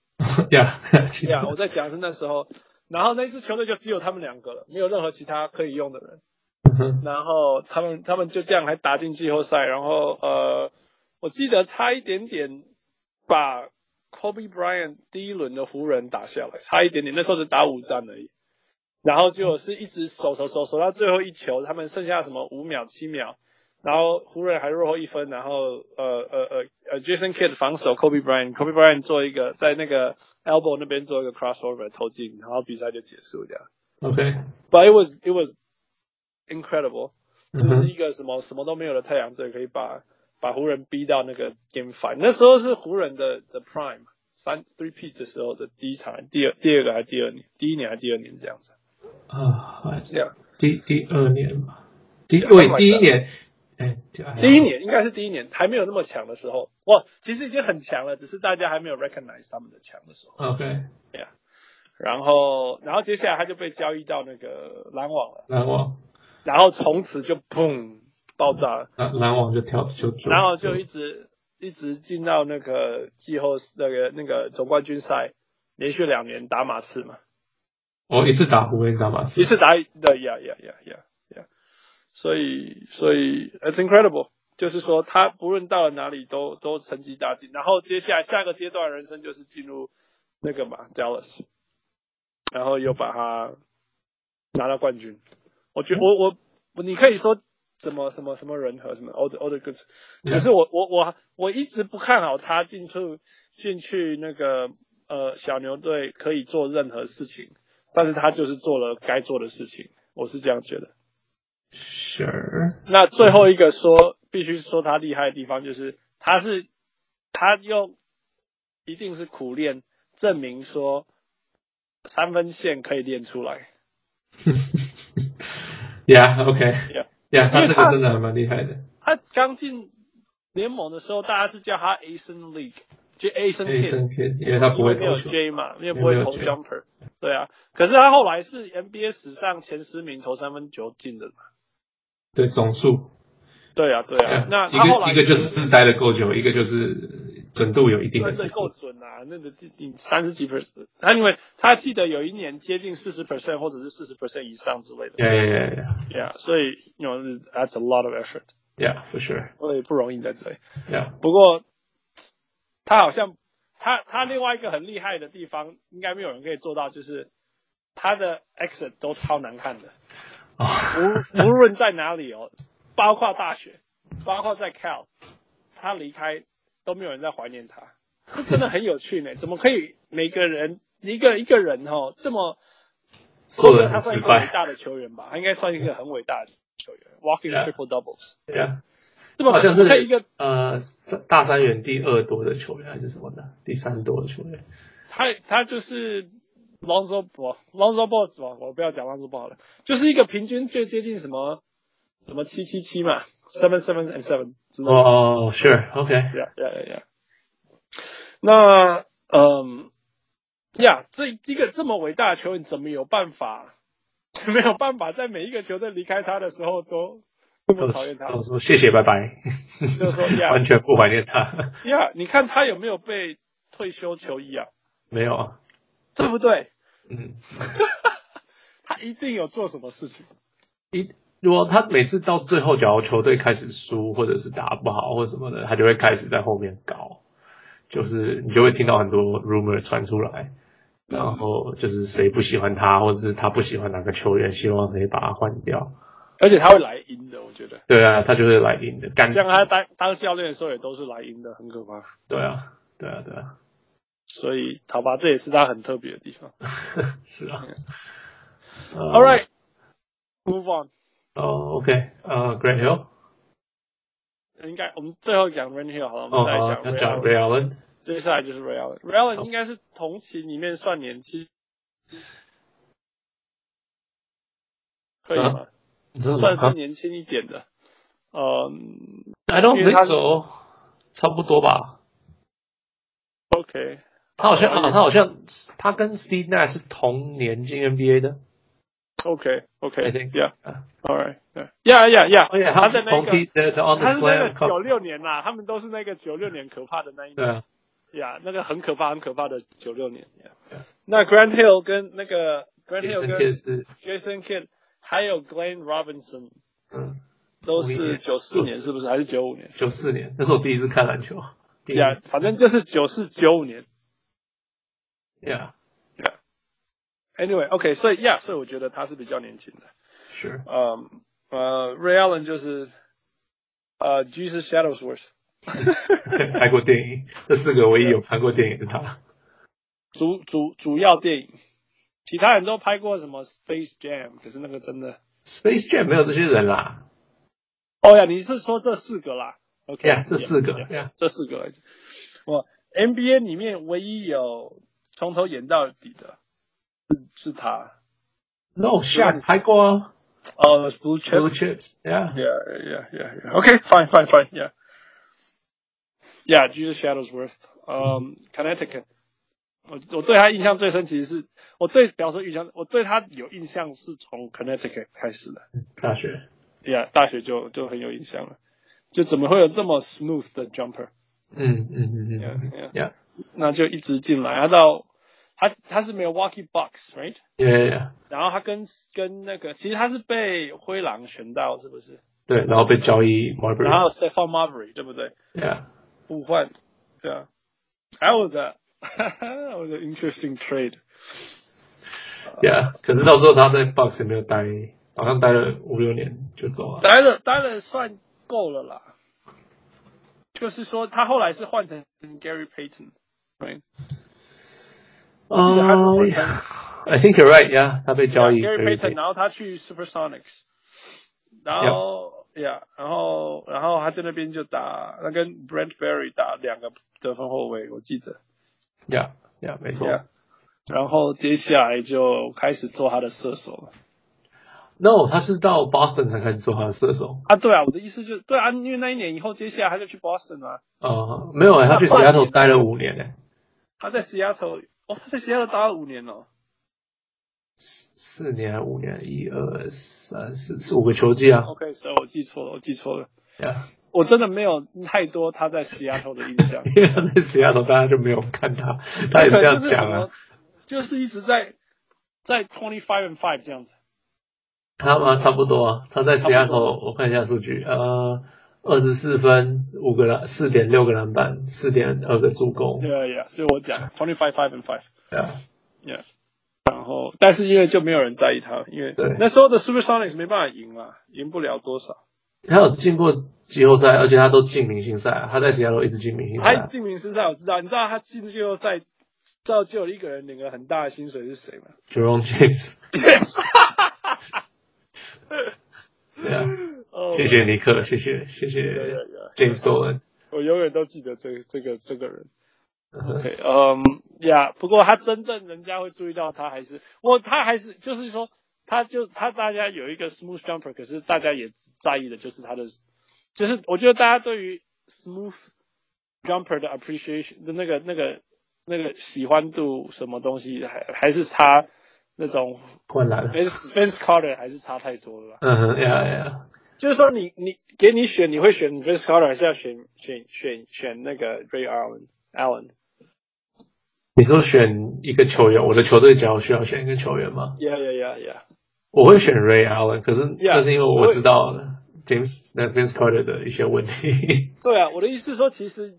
Speaker 1: 对啊，
Speaker 2: Yeah，
Speaker 1: 我在讲的是那时候，然后那支球队就只有他们两个了，没有任何其他可以用的人。然后他们他们就这样还打进季后赛，然后呃，我记得差一点点把 Kobe Bryant 第一轮的湖人打下来，差一点点，那时候只打五战而已。然后就是一直守守守守到最后一球，他们剩下什么五秒七秒，然后湖人还落后一分，然后呃呃呃呃 Jason Kidd 防守 Kobe Bryant，Kobe Bryant 做一个在那个 elbow 那边做一个 crossover 投进，然后比赛就结束这样。
Speaker 2: OK，
Speaker 1: But it was it was incredible，
Speaker 2: 嗯
Speaker 1: 就是
Speaker 2: 哼
Speaker 1: 一个什么什么都没有的太阳队可以把把湖人逼到那个 game five，那时候是湖人的的 prime 三 three p 的时候的第一场，第二第二个还是第二年，第一年还是第二年这样子。
Speaker 2: 啊，
Speaker 1: 这样，
Speaker 2: 第第二年吧，第
Speaker 1: Something
Speaker 2: 对
Speaker 1: like
Speaker 2: 第一年，哎，
Speaker 1: 第一年应该是第一年还没有那么强的时候，哇，其实已经很强了，只是大家还没有 recognize 他们的强的时候。
Speaker 2: OK，
Speaker 1: 然后，然后接下来他就被交易到那个篮网了，
Speaker 2: 篮网
Speaker 1: 然后从此就砰爆炸了。
Speaker 2: 篮篮网就跳就就，
Speaker 1: 然后就一直一直进到那个季后那个那个总冠军赛，连续两年打马刺嘛。
Speaker 2: 哦，一次打湖人打马刺
Speaker 1: 一，次打的呀呀呀呀呀，所以所以 it's incredible，就是说他不论到了哪里都都成绩大进，然后接下来下个阶段人生就是进入那个嘛 Dallas，然后又把他拿到冠军，我觉得我我我你可以说怎么什么什么人和什么 old old good，可是我我我我一直不看好他进出进去那个呃小牛队可以做任何事情。但是他就是做了该做的事情，我是这样觉得。
Speaker 2: sure，
Speaker 1: 那最后一个说，必须说他厉害的地方就是，他是他用一定是苦练证明说三分线可以练出来，
Speaker 2: ，Yeah，OK，
Speaker 1: Yeah
Speaker 2: Yeah，
Speaker 1: 因
Speaker 2: 他
Speaker 1: 为
Speaker 2: 这
Speaker 1: 他
Speaker 2: 个真的还蛮厉害的
Speaker 1: 他刚进联盟的时候，大家是叫他 Asian League，就 Asian
Speaker 2: ，A
Speaker 1: Kid，
Speaker 2: 生 K，因为他不
Speaker 1: 因为没
Speaker 2: 会投
Speaker 1: 有
Speaker 2: 球，
Speaker 1: J 嘛，因为不
Speaker 2: 因为
Speaker 1: 会
Speaker 2: 没有
Speaker 1: 投
Speaker 2: J
Speaker 1: jumper，对啊。可是他后来是 NBA 史上前十名投三分球进的嘛，
Speaker 2: 对总数，
Speaker 1: 对啊，对啊。那
Speaker 2: 一
Speaker 1: 他后
Speaker 2: 个
Speaker 1: 来
Speaker 2: 一个就是待的够久，一个就是准度有一定的
Speaker 1: 真
Speaker 2: 程
Speaker 1: 的
Speaker 2: 度
Speaker 1: 够准啊！那个你三十几 percent，他因为他记得有一年接近四十 percent 或者是四十 percent 以上之类的
Speaker 2: ，Yeah Yeah Yeah
Speaker 1: ，Yeah，所以 you know that's a lot of effort，
Speaker 2: Yeah for sure
Speaker 1: 所以不容易在这里。
Speaker 2: Yeah，
Speaker 1: 不过他好像他他另外一个很厉害的地方，应该没有人可以做到，就是他的 exit 都超难看的，
Speaker 2: 哦，
Speaker 1: 无无论在哪里哦， 包括大学，包括在 Cal，他离开都没有人在怀念他，这真的很有趣呢。怎 么可以每个人一个一个人哦这么
Speaker 2: 哦做
Speaker 1: 说
Speaker 2: 得
Speaker 1: 真的他算一
Speaker 2: 很失
Speaker 1: 个伟
Speaker 2: 败
Speaker 1: 大的球员吧？他应该算一个很伟大的球 员，walking
Speaker 2: Yeah
Speaker 1: triple doubles，
Speaker 2: ，Yeah。
Speaker 1: 这么
Speaker 2: 好像是
Speaker 1: 怎么可以一个
Speaker 2: 呃大三元第二多的球员还是什么的，第三多的球员。
Speaker 1: 他他就是 Lonzo Ball，Lonzo Ball 是吧？我不要讲 Lonzo Ball 了，就是一个平均最接近什么什么七七七嘛，seven seven and seven 之类的。
Speaker 2: 哦、s u r e o k
Speaker 1: yeah, yeah, yeah. yeah. 那嗯，呀、这一个这么伟大的球员，怎么有办法没有办法在每一个球队离开他的时候都那么讨厌他？
Speaker 2: 我说谢谢，拜拜，
Speaker 1: 就说呀
Speaker 2: 完全不怀念他，
Speaker 1: 呀你看他有没有被退休球衣啊？
Speaker 2: 没有啊，
Speaker 1: 对不对？
Speaker 2: 嗯，
Speaker 1: 他一定有做什么事情。
Speaker 2: 一如果他每次到最后，假如球队开始输或者是打不好或什么的，他就会开始在后面搞，就是你就会听到很多 rumor 传出来。然后就是谁不喜欢他，或者是他不喜欢哪个球员，希望可以把他换掉。
Speaker 1: 而且他会来赢的，我觉得，
Speaker 2: 对啊，他就是来赢的，干
Speaker 1: 像他当当教练的时候也都是来赢的，很可怕。
Speaker 2: 对啊，对啊，对啊，
Speaker 1: 所以，好吧，这也是他很特别的地方。
Speaker 2: 是啊。
Speaker 1: All right, move on.
Speaker 2: 哦，OK，呃，Great Hill，
Speaker 1: 呃应该我们最后讲 Rain Hill 好了，我
Speaker 2: 哦，
Speaker 1: 们再
Speaker 2: 好，
Speaker 1: 讲
Speaker 2: 要
Speaker 1: Ray a
Speaker 2: 讲
Speaker 1: l
Speaker 2: Ray Allen，
Speaker 1: 接下来就是 Ray Allen。Ray Allen
Speaker 2: 好
Speaker 1: 应该是同期里面算年轻，可以吗？
Speaker 2: 啊你知道
Speaker 1: 算是
Speaker 2: 吗
Speaker 1: 年轻一点的，嗯
Speaker 2: ？I don't
Speaker 1: 因为他
Speaker 2: think
Speaker 1: 是
Speaker 2: so，差不多吧。
Speaker 1: ，OK，
Speaker 2: 他好像
Speaker 1: 哦
Speaker 2: 啊，他好像他跟 Steve Nash 是同年进 NBA 的，
Speaker 1: OK OK
Speaker 2: I think-
Speaker 1: Yeah，All
Speaker 2: 啊
Speaker 1: right Yeah Yeah Yeah，
Speaker 2: 而且
Speaker 1: 哦他在
Speaker 2: 哦是
Speaker 1: 那
Speaker 2: 同
Speaker 1: 个
Speaker 2: 梯的 On the
Speaker 1: 他是那
Speaker 2: Slam
Speaker 1: 个九
Speaker 2: Cup，
Speaker 1: 六年啦，他们都是那个九六年可怕的那一
Speaker 2: 对
Speaker 1: 年
Speaker 2: 啊，
Speaker 1: 呀那个很可怕很可怕的九六年。
Speaker 2: Yeah
Speaker 1: yeah 那 Grant Hill 跟那个 Grant
Speaker 2: 也
Speaker 1: Hill
Speaker 2: 是
Speaker 1: 跟
Speaker 2: 也是，
Speaker 1: Jason Kidd 还有 Glenn Robinson
Speaker 2: 嗯，
Speaker 1: 都
Speaker 2: 同一
Speaker 1: 是
Speaker 2: 年
Speaker 1: 九四年是不是？还是九五年？
Speaker 2: 九四年，那是我第一次看篮球，第一
Speaker 1: 呀、反正就是九四九五年。
Speaker 2: ，Yeah，Sure，
Speaker 1: Anyway，OK，、所以呀，所以我觉得他是比较年轻的。嗯呃，Ray Allen 就是呃 Jesus Shadowsworth
Speaker 2: 拍过电影，这四个唯一有拍过电影的他，
Speaker 1: 主主主要电影，其他人都拍过什么 Space Jam，可是那个真的。
Speaker 2: Space Jam 没有这些人啦
Speaker 1: 哦呀，你是说这四个啦？OK，
Speaker 2: ，Yeah，这四个
Speaker 1: yeah，
Speaker 2: ，Yeah，
Speaker 1: 这四个，哦我 NBA 里面唯一有从头演到底的是是他。
Speaker 2: No, Shaq 拍过啊
Speaker 1: 哦、是 Blue
Speaker 2: ，Blue
Speaker 1: Chip。
Speaker 2: Chips，Yeah，
Speaker 1: Yeah, yeah, yeah, yeah. Okay, fine, fine, fine. Yeah. Yeah, Jesus Shadowsworth, um, Connecticut. 我我对他印象最深，其实是我对，比方说印象，我对他有印象是从 Connecticut 开始的。
Speaker 2: 大学。
Speaker 1: Yeah，大学就就很有印象了。就怎么会有这么 smooth 的 jumper？
Speaker 2: 嗯嗯嗯嗯
Speaker 1: Yeah, yeah.
Speaker 2: ，Yeah，
Speaker 1: 那就一直进来，他到他他是 Milwaukee Bucks，right？
Speaker 2: yeah, yeah.
Speaker 1: 然后他跟跟那个，其实他是被灰狼选到，是不是？
Speaker 2: 对，然后被交易 Marbury，
Speaker 1: 然后 Stephon Marbury，对不对？
Speaker 2: yeah,
Speaker 1: 互换，对啊。That was a that was an interesting trade。
Speaker 2: yeah，可是到时候他在 Bucks 也没有待，好像待了五六年就走了。
Speaker 1: 待了待了算够了啦。就是说，他后来是换成 Gary Payton，right？记得他是
Speaker 2: 哦
Speaker 1: 回程
Speaker 2: I think you're right. Yeah，他被交易
Speaker 1: 啊 Gary Payton，
Speaker 2: Payton
Speaker 1: 然后他去 Supersonics，然后 yeah，然后然后他在那边就打，那跟 Brent Berry 打两个得分后卫，我记得。
Speaker 2: Yeah, yeah，没错。
Speaker 1: Yeah 然后接下来就开始做他的射手了
Speaker 2: No，他是到 Boston 才开始做他的射手。
Speaker 1: 啊，对啊，我的意思就是，对啊，因为那一年以后，接下来他就去 Boston 了、啊
Speaker 2: 呃，没有欸，他去
Speaker 1: 那换
Speaker 2: Seattle 待了五年欸诶、
Speaker 1: 他在 Seattle，哦，他在 Seattle 打了五年哦，
Speaker 2: 四年还啊五年，一二三四四五个球季啊。
Speaker 1: OK，所以我记错了，我记错了，
Speaker 2: Yeah， 。
Speaker 1: 我真的没有太多他在西雅图的印象
Speaker 2: 因为他在 Seattle 大家就没有看他， 他也这样讲
Speaker 1: 就是什么，
Speaker 2: 啊。
Speaker 1: 就是一直在在 twenty five and five 这样子。
Speaker 2: 他嘛差不多啊，他在
Speaker 1: 差不多
Speaker 2: Seattle 我看一下数据，呃，二十四分，五个篮，四点六个篮板，四点二个助攻。
Speaker 1: 对啊，对啊，所以我讲 twenty five five and five。
Speaker 2: Yeah，
Speaker 1: Yeah，然后但是因为就没有人在意他，因为
Speaker 2: 对
Speaker 1: 那时候的 Supersonics 没办法赢啊，赢不了多少。
Speaker 2: 他有进过季后赛，而且他都进明星赛啊，他在 Seattle 一直进明星赛
Speaker 1: 他一
Speaker 2: 啊
Speaker 1: 直。进明星赛，我知道，你知道他进季后赛，造就了一个人领了很大的薪水是 谁吗
Speaker 2: Jerome James，
Speaker 1: ？Yes，
Speaker 2: 对啊，
Speaker 1: 哦
Speaker 2: 谢谢尼克，谢谢谢谢
Speaker 1: 对对对
Speaker 2: James Dolan。
Speaker 1: 我永远都记得这个这个这个人。OK，嗯呀，不过他真正人家会注意到他还是，我他还是就是说，他就他大家有一个 smooth jumper，可是大家也在意的就是他的，就是我觉得大家对于 smooth jumper 的 appreciation 的那个那个那个喜欢度什么东西，还还是差那种
Speaker 2: 灌篮。
Speaker 1: Vince Vince Carter 还是差太多了吧。
Speaker 2: 嗯哼呀呀，
Speaker 1: 就是说你你给你选，你会选 Vince Carter 还是要选选选选那个 Ray Allen Allen？
Speaker 2: 你说选一个球员，我的球队只要需要选一个球员吗？
Speaker 1: Yeah, yeah, yeah, yeah.
Speaker 2: 我会选 Ray Allen，可是
Speaker 1: Yeah，
Speaker 2: 那是因为
Speaker 1: 我
Speaker 2: 我
Speaker 1: 会
Speaker 2: 知道 James 那 Vince Carter 的一些问题。
Speaker 1: 对啊，我的意思是说，其实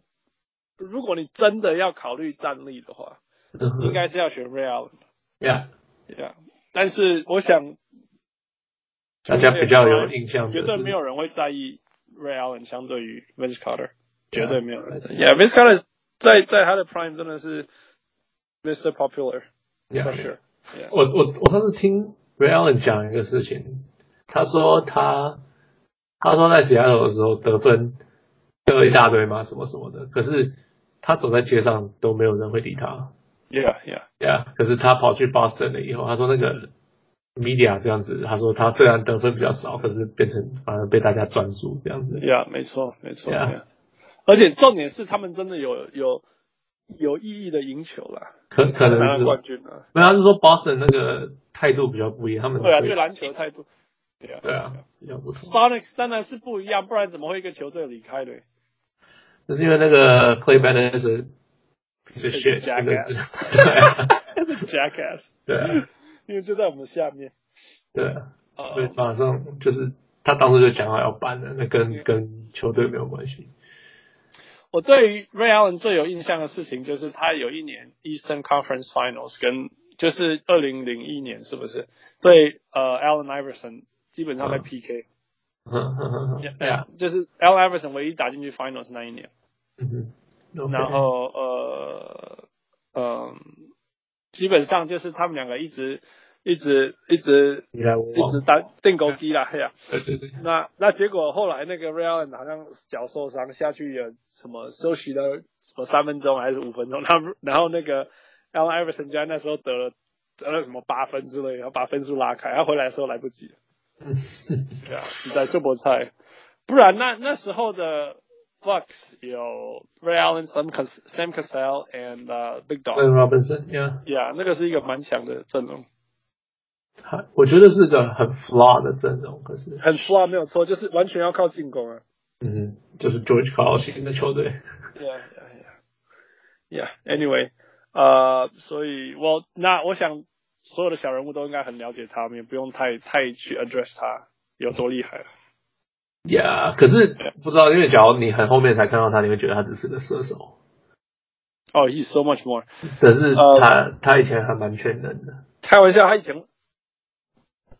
Speaker 1: 如果你真的要考虑战力的话，
Speaker 2: 嗯哼
Speaker 1: 应该是要选 Ray Allen。
Speaker 2: 呀，
Speaker 1: Yeah，但是我想
Speaker 2: 大家比较有印象的
Speaker 1: 绝对没
Speaker 2: 是
Speaker 1: 有人会在意 Ray Allen 相对于 Vince Carter，绝对没有人在意。
Speaker 2: Yeah
Speaker 1: Yeah，Vince Carter 在在他的 prime 真的是 Mr. Popular
Speaker 2: Yeah，
Speaker 1: for sure。
Speaker 2: 我我我上次听 Ray Allen 讲一个事情，他说他他说在 Seattle 的时候得分得一大堆嘛，什么什么的，可是他走在街上都没有人会理他。
Speaker 1: Yeah, yeah.
Speaker 2: 对啊，可是他跑去 Boston 了以后，他说那个 media 这样子，他说他虽然得分比较少，可是变成反而被大家专注这样子。
Speaker 1: 呀、没错，没错。
Speaker 2: Yeah.
Speaker 1: yeah 而且重点是他们真的有有有意义的赢球啦，
Speaker 2: 可可能
Speaker 1: 拿
Speaker 2: 是
Speaker 1: 了
Speaker 2: 吧
Speaker 1: 冠，军了。
Speaker 2: 没有，他是说 Boston 那个态度比较不一样，他们
Speaker 1: 对啊，
Speaker 2: 会
Speaker 1: 对篮球的态度。对啊
Speaker 2: 对啊比较不同。
Speaker 1: ，Sonics 当然是不一样，不然怎么会一个球队离开的？
Speaker 2: 那是因为那个 Clay Bennett 是 piece
Speaker 1: 是
Speaker 2: of shit，
Speaker 1: jackass
Speaker 2: 真的是对啊
Speaker 1: 那是 Jackass，
Speaker 2: 对啊
Speaker 1: 因为就在我们下面。
Speaker 2: 对啊，
Speaker 1: 哦
Speaker 2: 所以马上就是他当初就讲好要搬了，那跟
Speaker 1: Yeah
Speaker 2: 跟球队没有关系。
Speaker 1: 我对于 Ray Allen 最有印象的事情就是他有一年 Eastern Conference Finals 跟就是二零零一年是不是对呃 Allen Iverson 基本上在
Speaker 2: 嗯
Speaker 1: PK，、
Speaker 2: 嗯嗯嗯嗯
Speaker 1: Yeah
Speaker 2: 对啊，
Speaker 1: 就是 Allen Iverson 唯一打进去 Finals 那一年。
Speaker 2: 嗯哼，
Speaker 1: 然后呃，嗯、基本上就是他们两个一直一直一直
Speaker 2: 你来我
Speaker 1: 一
Speaker 2: 往
Speaker 1: 直，打定勾机啦，嘿呀、
Speaker 2: 对对对，
Speaker 1: 那那结果后来那个 Ray Allen 好像脚受伤下去有什么休息了什么三分钟还是五分钟，他然后那个 Allen Iverson 居然那时候得了得了什么八分之类，然后把分数拉开，他回来的时候来不及了。
Speaker 2: 嗯。
Speaker 1: 对啊，实在做不菜。不然那那时候的 Bucks 有 Ray Allen、Sam Cas- Sam Cassell and、uh, Big Dog。
Speaker 2: Ben Robinson，yeah，
Speaker 1: Yeah，那个是一个蛮强的阵容，
Speaker 2: 他我觉得是个很 flaw 的阵容，可是
Speaker 1: 很 fly 没有错，就是完全要靠进攻啊。
Speaker 2: 嗯，就是 George Karl 型的球队。
Speaker 1: Yeah, yeah, yeah. Yeah. Anyway，呃，所以我那我想所有的小人物都应该很了解他，我们也不用太太去 address 他有多厉害了。
Speaker 2: 呀、可是不知道，因为假如你很后面才看到他，你会觉得他只是个射手。
Speaker 1: 哦、h e s so much more。
Speaker 2: 可是他、
Speaker 1: 呃
Speaker 2: 他以前还蛮全能的。
Speaker 1: 开玩笑，他以前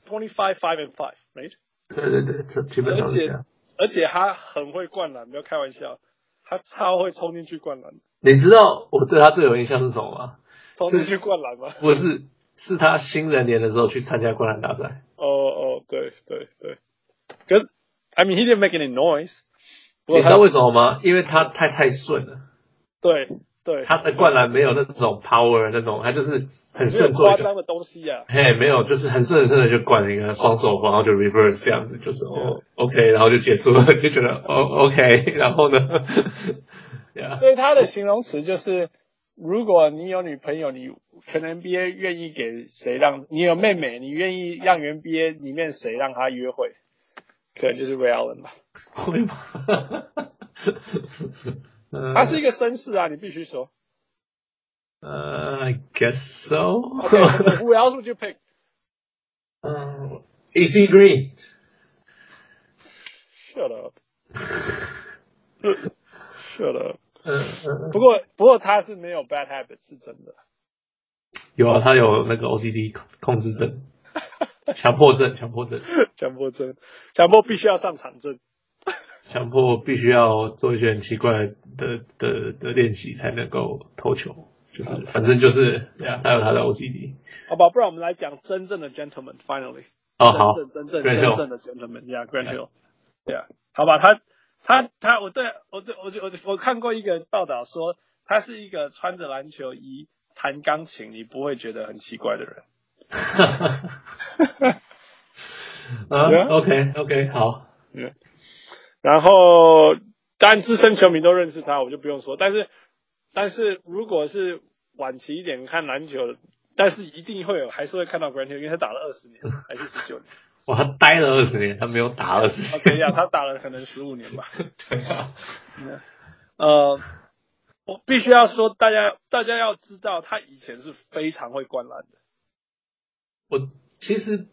Speaker 1: twenty five five and five，没
Speaker 2: 对对对，这基本上是这样。
Speaker 1: 而且他很会灌篮，不要开玩笑，他超会冲进去灌篮，
Speaker 2: 你知道我对他最有印象是什么吗？
Speaker 1: 冲进去灌篮吗？
Speaker 2: 不是，是他新人年的时候去参加灌篮大赛。
Speaker 1: 哦哦，对对对，跟 I mean he didn't make any noise，不过
Speaker 2: 你知
Speaker 1: 他
Speaker 2: 道为什么吗？因为他太太顺了，
Speaker 1: 对对，
Speaker 2: 他的灌篮没有那种 power 那种，他就是很
Speaker 1: 没有
Speaker 2: 顺做
Speaker 1: 夸
Speaker 2: 一个，
Speaker 1: 张的东西啊呀、
Speaker 2: 嘿，没有，就是很顺很顺的就灌了一个双手，然后就 reverse 这样子，就是哦 OK，然后就结束了， 就觉得哦 OK，然后呢 ，Yeah，
Speaker 1: 对他的形容词就是，如果你有女朋友，你全 NBA 愿意给谁让？你有妹妹，你愿意让 NBA 里面谁让她约会？可能就是 Ray Allen 吧。
Speaker 2: 会吗？ 呃
Speaker 1: 他是一个绅士啊，你必须说。
Speaker 2: 呃，I guess so。
Speaker 1: OK，Who else would you pick？
Speaker 2: 嗯，AC Green。
Speaker 1: Shut up. Shut up.
Speaker 2: 嗯嗯，
Speaker 1: 不过，不过他是没有 bad habit，是真的。
Speaker 2: 有啊，他有那个 OCD 控制 症，强迫症，强迫症，
Speaker 1: 强迫症，强迫必须要上场症。
Speaker 2: 强迫必须要做一些很奇怪的的的练习才能够投球，就是反正就是对啊，他有他的 OCD。
Speaker 1: 好吧，不然我们来讲真正的 gentleman。Finally，
Speaker 2: 哦，好，
Speaker 1: 真正真正
Speaker 2: Grant
Speaker 1: 真
Speaker 2: Hill
Speaker 1: 正的 gentleman，yeah，Grant Hill，对啊，好吧，他他他，我对我对我就我就我看过一个报道说，他是一个穿着篮球衣弹钢琴，你不会觉得很奇怪的人。
Speaker 2: 啊
Speaker 1: Yeah
Speaker 2: ，OK OK，好，
Speaker 1: 然后，当然资深球迷都认识他，我就不用说。但是，但是如果是晚期一点看篮球的，但是一定会有，还是会看到 Grant Hill，因为他打了二十年还是十九 年。
Speaker 2: 哇，他待了二十年，他没有打二十
Speaker 1: OK
Speaker 2: 年，
Speaker 1: 呀、他打了可能十五年吧。
Speaker 2: 对 啊，
Speaker 1: 呃，我必须要说，大家大家要知道，他以前是非常会灌篮的。
Speaker 2: 我其实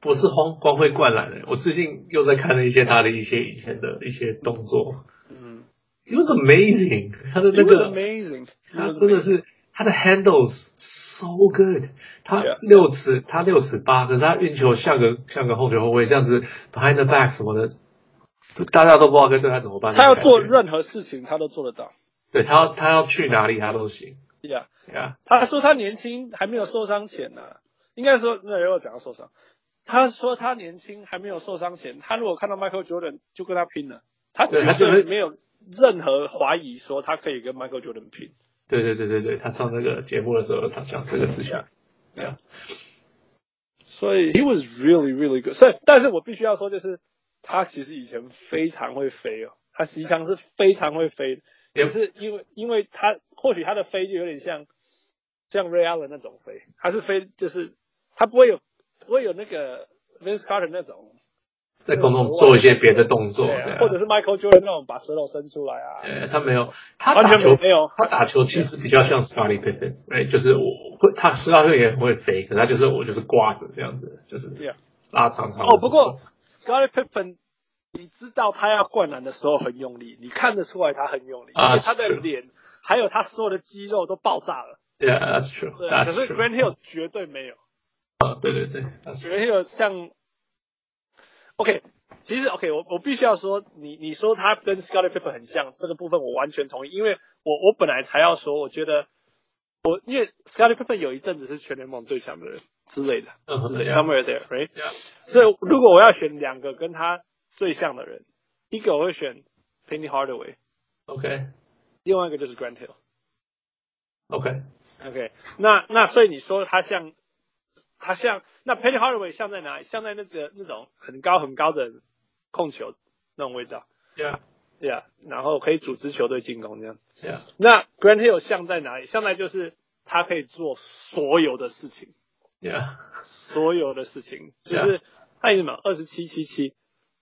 Speaker 2: 不是光光会灌篮的，我最近又在看了一些他的一些以前的一些动作
Speaker 1: 嗯
Speaker 2: ，It was amazing，他的
Speaker 1: i
Speaker 2: 那
Speaker 1: was
Speaker 2: 个
Speaker 1: amazing，
Speaker 2: 他真的是他的 handles so good，他
Speaker 1: Yeah.
Speaker 2: 六尺他六尺八，可是他运球像个像个后球后卫这样子 behind the back 什么的，就大家都不知道该对他怎么办。
Speaker 1: 他要做
Speaker 2: 那种感觉
Speaker 1: 任何事情，他都做得到。
Speaker 2: 对他要他要去哪里他都行
Speaker 1: Yeah，
Speaker 2: 呀。
Speaker 1: 他说他年轻还没有受伤前呢、啊应该说那又讲到受伤，他说他年轻还没有受伤前，他如果看到 Michael Jordan 就跟他拼了，他
Speaker 2: 对
Speaker 1: 绝
Speaker 2: 他就
Speaker 1: 对
Speaker 2: 会
Speaker 1: 没有任何怀疑说他可以跟 Michael Jordan 拼。
Speaker 2: 对对对对对，他上那个节目的时候，他讲这个事情
Speaker 1: Yeah.。
Speaker 2: 呀，
Speaker 1: 所以 he was really really good。所以，但是我必须要说，就是他其实以前非常会飞哦，他实际上是非常会飞的，也
Speaker 2: Yep.
Speaker 1: 是因为因为他或许他的飞就有点像像 Ray Allen 那种飞，他是飞就是他不会有不会有那个 Vince Carter 那种，
Speaker 2: 在空中做一些别的动作，
Speaker 1: 对
Speaker 2: 对
Speaker 1: 啊
Speaker 2: 啊
Speaker 1: 或者是 Michael Jordan 那种把舌头伸出来啊，
Speaker 2: 呃，他没有，他
Speaker 1: 完
Speaker 2: 打球
Speaker 1: 全没有。
Speaker 2: 他打球其实比较像 Scottie Pippen，哎，就是我会他 Scottie Pippen 也很会飞，可是他就是我就是挂着这样子，就是
Speaker 1: Yeah
Speaker 2: 拉长长的。
Speaker 1: 哦，不过 Scottie Pippen，你知道他要灌篮的时候很用力，你看得出来他很用力，
Speaker 2: 啊
Speaker 1: 而且他的
Speaker 2: 是
Speaker 1: 脸还有他所有的肌肉都爆炸了。
Speaker 2: ，Yeah，that's true，
Speaker 1: 对，啊
Speaker 2: that's
Speaker 1: 可是
Speaker 2: true
Speaker 1: Grant Hill 绝对没有
Speaker 2: 啊，对对对，that's true，
Speaker 1: ，Grant Hill 像 OK，其实 OK，我我必须要说，你你说他跟 Scottie Pippen 很像，这个部分我完全同意，因为我我本来才要说，我觉得我因为 Scottie Pippen 有一阵子是全联盟最强的人之类的
Speaker 2: 嗯
Speaker 1: 之类的
Speaker 2: 对啊
Speaker 1: ，somewhere there，right？
Speaker 2: Yeah，
Speaker 1: 所以如果我要选两个跟他最像的人，一个我会选 Penny Hardaway，
Speaker 2: ，OK
Speaker 1: 另外一个就是 Grant Hill。
Speaker 2: OK，
Speaker 1: OK，那那所以你说他像，他像那 Penny Hardaway 像在哪里？像在那个那种很高很高的控球那种味道，
Speaker 2: Yeah
Speaker 1: 对啊，然后可以组织球队进攻这样。
Speaker 2: Yeah，
Speaker 1: 那 Grant Hill 像在哪里？像在就是他可以做所有的事情，
Speaker 2: Yeah，
Speaker 1: 所有的事情，就是他已经什么二十七七七，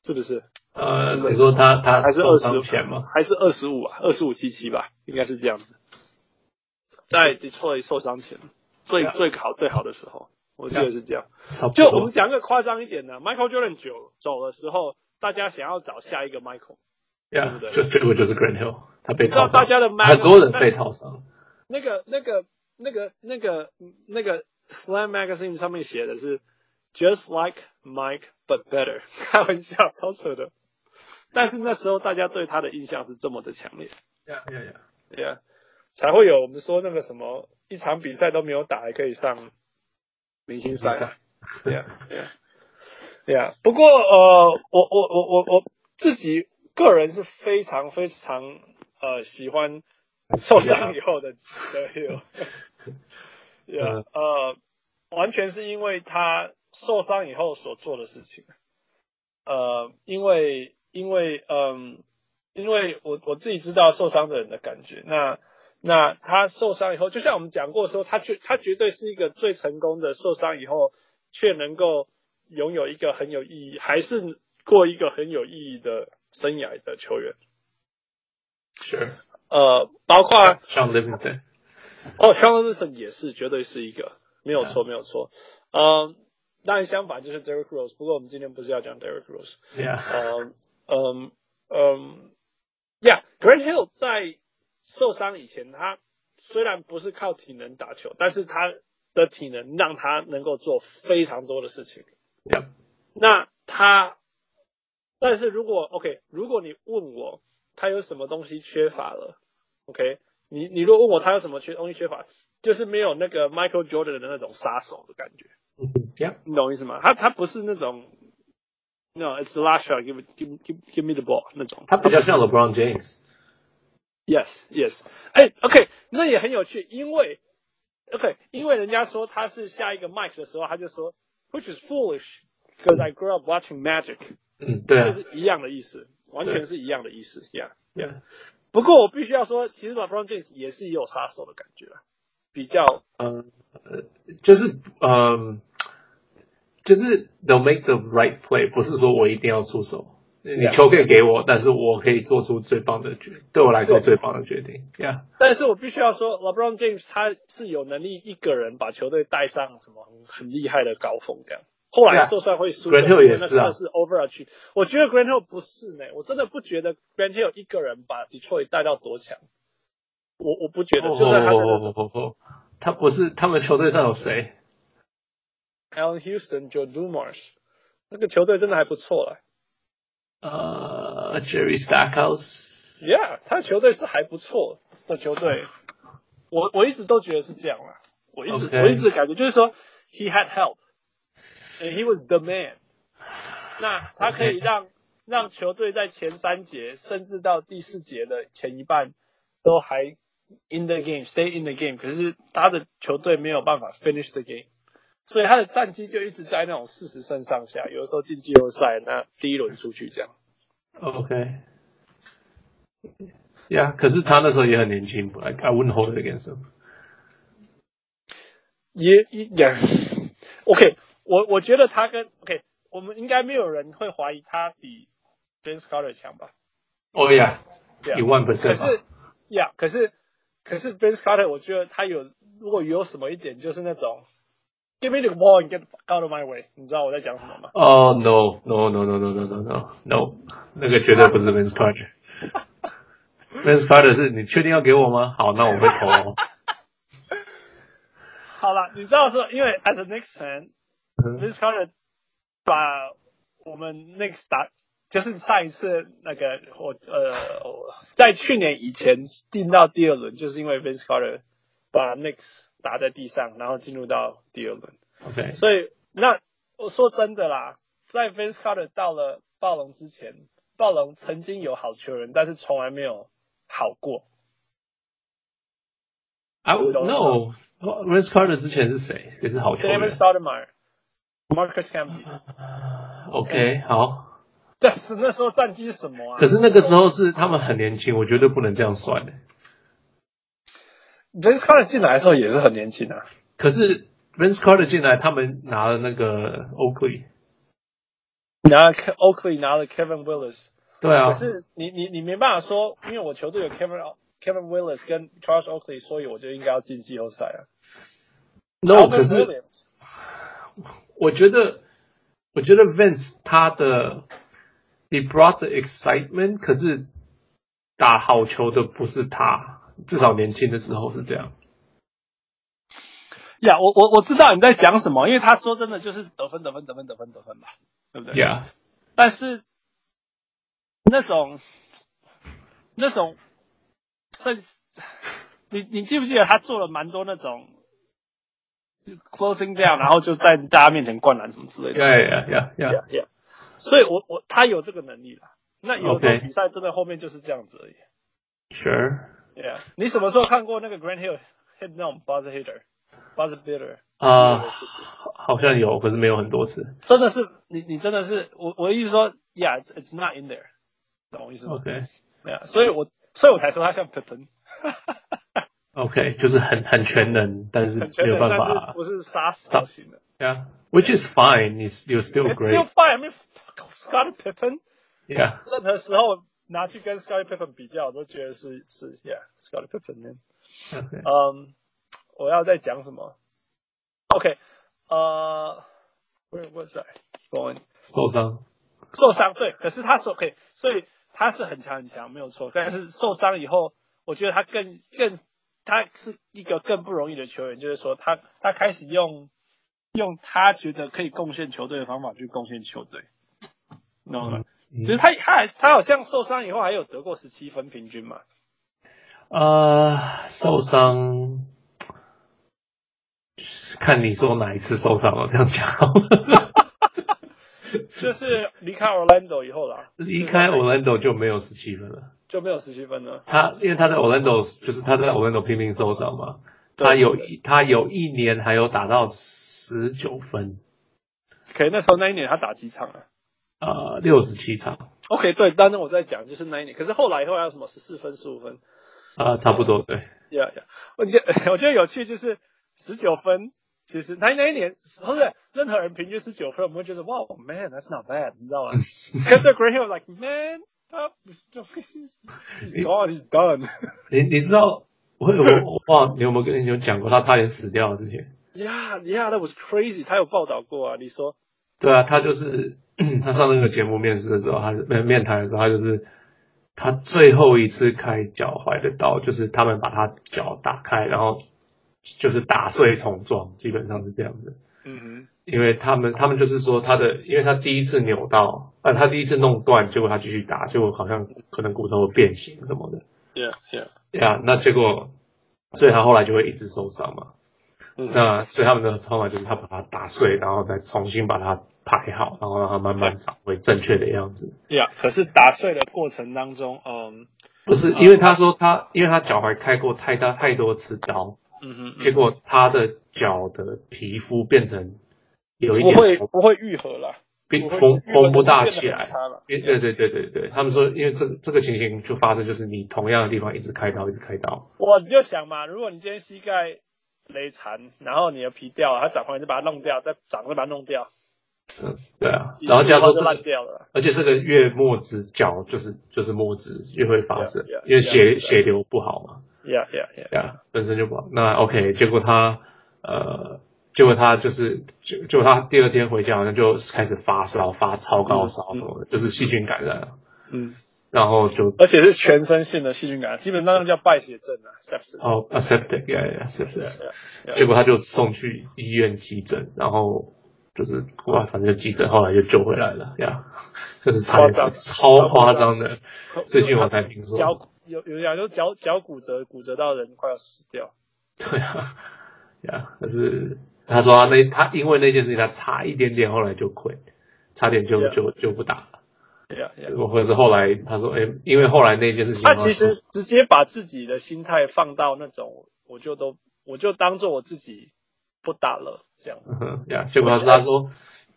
Speaker 1: 是不是？
Speaker 2: 呃，你说他 他
Speaker 1: 还是
Speaker 2: 受
Speaker 1: 二十啊
Speaker 2: 伤前吗？
Speaker 1: 还是二十五啊？二十五七七吧，应该是这样子。在 Detroit 受伤前，最最好最好的时候，我记得是这样。
Speaker 2: 差不
Speaker 1: 就
Speaker 2: 多
Speaker 1: 我们讲个夸张一点的，Michael Jordan 九走的时候，大家想要找下一个 Michael，
Speaker 2: 呀
Speaker 1: 对
Speaker 2: 就结果就是 Grant Hill，他被
Speaker 1: 你知道
Speaker 2: 套
Speaker 1: 大
Speaker 2: 伤，
Speaker 1: 家的
Speaker 2: 他
Speaker 1: Mag
Speaker 2: Golden 被套伤，
Speaker 1: 那个那个那个那个那个 Slam Magazine 上面写的是 Just like Mike but better，开玩笑，超扯的。但是那时候大家对他的印象是这么的强烈，
Speaker 2: 呀呀呀，
Speaker 1: 对啊，才会有我们说那个什么一场比赛都没有打还可以上明星赛啊。对呀，对啊呀，对呀。不过呃，我我我我我自己个人是非常非常呃喜欢受伤以后的的 Hill，yeah, 呃，完全是因为他受伤以后所做的事情。呃，因为因为嗯、因为我我自己知道受伤的人的感觉，那那他受伤以后，就像我们讲过说，他绝他绝对是一个最成功的受伤以后却能够拥有一个很有意义，还是过一个很有意义的生涯的球员。
Speaker 2: ，Sure，
Speaker 1: 呃，包括
Speaker 2: 像 Livingston，
Speaker 1: 哦 s h a n Wilson 也是，绝对是一个，没有错，没有错。嗯，当然相反就是 Derek Rose，不过我们今天不是要讲 Derek Rose。
Speaker 2: 呀，
Speaker 1: 嗯嗯嗯，Yeah，Grant Hill 在受伤以前，他虽然不是靠体能打球，但是他的体能让他能够做非常多的事情。
Speaker 2: 呀，
Speaker 1: 那他，但是如果 OK，如果你问我他有什么东西缺乏了，OK，你你如果问我他有什么缺东西缺乏，就是没有那个 Michael Jordan 的那种杀手的感觉，
Speaker 2: 呀，
Speaker 1: 你懂我意思吗？他他不是那种，No，it's the last shot，give it- give give give me the ball 那种。
Speaker 2: 他比较像 LeBron James，
Speaker 1: Yes, yes. 哎，OK，那也很有趣，因为 OK，因为人家说他是下一个 Mike 的时候，他就说，which is foolish because I grew up watching Magic，
Speaker 2: 嗯，对啊
Speaker 1: 这，是一样的意思，完全是一样的意思，Yeah。
Speaker 2: 对啊
Speaker 1: 不过我必须要说，其实 LeBron James 也是也有杀手的感觉啊，比较
Speaker 2: 呃，就是嗯，就是 um, they'll make the right play，不是说我一定要出手。你
Speaker 1: Yeah.
Speaker 2: 球可以给我，但是我可以做出最棒的决，对我来说最棒的决定。Yeah，
Speaker 1: 但是我必须要说，LeBron James 他是有能力一个人把球队带上什么很很厉害的高峰这样。后来
Speaker 2: Yeah.
Speaker 1: 受伤会输
Speaker 2: Grant
Speaker 1: 的是
Speaker 2: Hill
Speaker 1: 因
Speaker 2: 也
Speaker 1: 为那
Speaker 2: 是啊
Speaker 1: 真的是 over 去。我觉得 Grant Hill 不是呢，我真的不觉得 Grant Hill 一个人把 Detroit 带到多强。我我
Speaker 2: Oh,
Speaker 1: 不觉得，就算他真的是
Speaker 2: 哦哦，oh, 他不是他们球队上有谁？
Speaker 1: Allen Houston、Joe Dumars，那个球队真的还不错了。
Speaker 2: 呃，Jerry Stackhouse，
Speaker 1: Yeah，他球队是还不错的球队。我我一直都觉得是这样啦，我一直
Speaker 2: OK
Speaker 1: 我一直感觉就是说，he had help，and he was the man。那他可以
Speaker 2: OK
Speaker 1: 让让球队在前三节甚至到第四节的前一半都还 in the game，stay in the game。可是他的球队没有办法 finish the game，所以他的战绩就一直在那种四十胜上下，有的时候进季后赛，那第一轮出去这样。
Speaker 2: OK，Yeah，可是他那时候也很年轻，I I wouldn't hold it against him。
Speaker 1: 也也也，OK，我我觉得他跟 OK，我们应该没有人会怀疑他比 James Carter 强吧？
Speaker 2: Oh yeah，
Speaker 1: 对啊
Speaker 2: 一万
Speaker 1: 可
Speaker 2: percent
Speaker 1: 是呀可是可是 James Carter，我觉得他有如果有什么一点就是那种 Give me the ball and get the fuck out of my way，你知道我在讲什么吗？
Speaker 2: 哦、no no no no no no no no no，那个绝对不是 Vince Carter。Vince Carter 是你确定要给我吗？好，那我会投哦。
Speaker 1: 好了，你知道说，因为 as a Knicks fan，Vince
Speaker 2: 嗯
Speaker 1: Carter 把我们 Knicks 打，就是上一次那个我呃，我在去年以前进到第二轮，就是因为 Vince Carter 把 Knicks 打在地上，然后进入到第二轮。
Speaker 2: OK，
Speaker 1: 所以那我说真的啦，在 Vince Carter 到了暴龙之前，暴龙曾经有好球员，但是从来没有好过。
Speaker 2: I would no。Vince Carter 之前是谁？谁是好球员
Speaker 1: David Stoudemire、Marcus Camby，
Speaker 2: 嗯？OK，好。
Speaker 1: 但是那时候战绩是什么啊？
Speaker 2: 可是那个时候是他们很年轻，我绝对不能这样算的。
Speaker 1: James Carter 进来的时候也是很年轻啊。
Speaker 2: 可是 Vince Carter 进来，他们拿了那个 Oakley。
Speaker 1: 拿了 Ke- Oakley，拿了 Kevin Willis，
Speaker 2: 对啊
Speaker 1: 可，是你你你没办法说，因为我球队有 Kevin Kevin Willis 跟 Charles Oakley，所以我就应该要进季后赛啊。
Speaker 2: No，
Speaker 1: 然后
Speaker 2: 可
Speaker 1: Vince
Speaker 2: 是
Speaker 1: Williams
Speaker 2: 我觉得，我觉得 Vince 他的 he brought the excitement，可是打好球的不是他，至少年轻的时候是这样。
Speaker 1: 呀我我我知道你在讲什么，因为他说真的就是得分得分得分得分得分吧，对不对
Speaker 2: Yeah，
Speaker 1: 但是那种那种甚，你你记不记得他做了蛮多那种 closing down，然后就在大家面前灌篮什么之类的。
Speaker 2: yeah, yeah, yeah, yeah.
Speaker 1: yeah. 所以我我他有这个能力啦。那有的时候
Speaker 2: OK
Speaker 1: 比赛真的后面就是这样子而已。
Speaker 2: Sure.
Speaker 1: Yeah，你什么时候看过那个 Grand Hill hit 那种 buzzer hitter，buzzer beater？
Speaker 2: 啊、
Speaker 1: 对是是
Speaker 2: 好像有，可是没有很多次。
Speaker 1: 真的是你你真的是我我的意思说，Yeah，it's it's not in there，懂我意思吗？
Speaker 2: OK，OK，、
Speaker 1: 对啊，所以我所以我才说他像 Pippen，
Speaker 2: 就是很很全能，但是
Speaker 1: 很全
Speaker 2: 没有
Speaker 1: 能，
Speaker 2: 办
Speaker 1: 但是
Speaker 2: 法。
Speaker 1: 不是杀手型的。
Speaker 2: Yeah，which is fine. It's you're still
Speaker 1: It's still
Speaker 2: great.
Speaker 1: fine. I mean, fuck, Scottie Pippen，
Speaker 2: Yeah.
Speaker 1: 任何时候拿去跟 Scottie Pippen 比较，我都觉得是是 Yeah，Scottie Pippen 呢。
Speaker 2: OK，
Speaker 1: 嗯，我要再讲什么？OK，呃，Where was I going？
Speaker 2: 受伤。
Speaker 1: 受伤，对，可是他手可以，所以他是很强很强，没有错。但是受伤以后，我觉得他更更，他是一个更不容易的球员，就是说他他开始用用他觉得可以贡献球队的方法去贡献球队，你懂吗？
Speaker 2: 嗯
Speaker 1: 就是他他还他好像受伤以后还有得过十七分平均嘛，
Speaker 2: 啊，受伤，看你说哪一次受伤了，这样讲好了。
Speaker 1: 就是离开 Orlando 以后啦，
Speaker 2: 离开 Orlando 就没有十七分了。
Speaker 1: 就没有十七分了。
Speaker 2: 他因为他在 Orlando 就是他在 Orlando 拼命受伤嘛，
Speaker 1: 对
Speaker 2: 他有一他有一年还有打到十九分，
Speaker 1: 可能那时候那一年他打几场啊
Speaker 2: 呃，六十七场，
Speaker 1: ？OK，对，当然我在讲就是那一年，可是后来以后还有什么十四分、十五分，
Speaker 2: 啊，差不多对。
Speaker 1: 呀呀，我觉得 我觉得有趣就是十九分，其实那那一年不是任何人平均十九分，我们会觉得哇、wow,，man，that's not bad，你知 道吗？可是 Green Hill like man，他不是就 he's gone，he's done。
Speaker 2: 你你知道我我我忘了你有没有跟你有讲过他差点死掉的事情？
Speaker 1: Yeah, yeah, that was crazy。他有报道过啊，你说
Speaker 2: 对啊，他就是 他上那个节目面试的时候，他面面谈的时候，他就是他最后一次开脚踝的刀，就是他们把他脚打开，然后就是打碎重装，基本上是这样子。
Speaker 1: 嗯
Speaker 2: 因为他们他们就是说他的，因为他第一次扭到，呃，他第一次弄断，结果他继续打，结果好像可能骨头变形什么的，
Speaker 1: 哼，Yeah, yeah，
Speaker 2: 呀、那结果，所以他后来就会一直受伤嘛。
Speaker 1: 嗯
Speaker 2: 那所以他们的方法就是他把它打碎，然后再重新把它排好，然后让它慢慢长回正确的样子。
Speaker 1: ，Yeah。可是打碎的过程当中，嗯
Speaker 2: 不是因为他说他，因为他脚踝开过太大太多次刀，
Speaker 1: 嗯哼，
Speaker 2: 结果他的脚的皮肤变成有一
Speaker 1: 不
Speaker 2: 点
Speaker 1: 会不会愈合了，
Speaker 2: 变
Speaker 1: 不会
Speaker 2: 缝
Speaker 1: 愈合
Speaker 2: 缝不大
Speaker 1: 就变得
Speaker 2: 起来
Speaker 1: 很。差了。
Speaker 2: 对对对对对对，他们说，因为这个这个情形就发生，就是你同样的地方一直开刀，一直开刀，
Speaker 1: 我你就想嘛，如果你今天膝盖勒残，然后你的皮掉了，它长回来就把它弄掉，再长再把它弄掉，
Speaker 2: 嗯，对啊，
Speaker 1: 几
Speaker 2: 然后
Speaker 1: 次
Speaker 2: 加
Speaker 1: 以
Speaker 2: 上
Speaker 1: 后
Speaker 2: 这
Speaker 1: 就
Speaker 2: 个
Speaker 1: 烂掉了。
Speaker 2: 而且这个月末指角就是就是末指越会发生
Speaker 1: Yeah, yeah,
Speaker 2: 因为血
Speaker 1: yeah, yeah.
Speaker 2: 血流不好嘛，
Speaker 1: Yeah, yeah, yeah.
Speaker 2: 对啊，本身就不好。那 OK，结果他呃，结果他就是就结果他第二天回家好像就开始发烧，发超高烧什么的，就是细菌感染，
Speaker 1: 嗯，
Speaker 2: 然后就
Speaker 1: 而且是全身性的细菌感染，基本上叫败血症啊，sepsis。
Speaker 2: 哦 a c c e p t i c 是不是？
Speaker 1: Yeah,
Speaker 2: 结
Speaker 1: yeah.
Speaker 2: 果他就送去医院急诊，然后就是哇，反正就急诊后来就救回来了呀， 就是差点
Speaker 1: 夸张
Speaker 2: 死超夸张的。最近我才听说，
Speaker 1: 脚有有讲说脚脚骨折，骨折到人快要死掉。
Speaker 2: 对啊，呀，可是他说他那他因为那件事情，他差一点点后来就亏，差点就
Speaker 1: Yeah.
Speaker 2: 就就不打了。
Speaker 1: Yeah, yeah.
Speaker 2: 或者是后来他说，哎、因为后来那件事情，
Speaker 1: 他啊其实直接把自己的心态放到那种，我就都我就当做我自己不打了这样子。
Speaker 2: 嗯 呀，结果他是他说。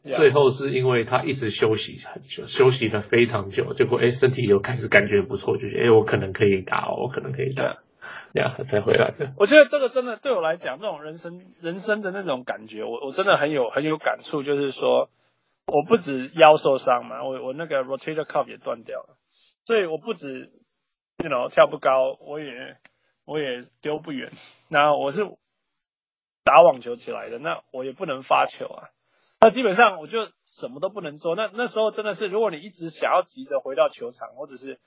Speaker 1: Yeah.
Speaker 2: 最后是因为他一直休息很久，休息了非常久，结果哎、身体有开始感觉不错，就觉得哎、我可能可以打哦，我可能可以打，呀、他才回来 的。
Speaker 1: 我觉得这个真的对我来讲，这种人生人生的那种感觉，我我真的很有很有感触。就是说，我不止腰受伤嘛，我我那个 rotator cuff 也断掉了，所以我不止 you know 跳不高，我也我也丢不远。那我是打网球起来的，那我也不能发球啊。那基本上我就什么都不能做。那那时候真的是，如果你一直想要急着回到球场，或者是，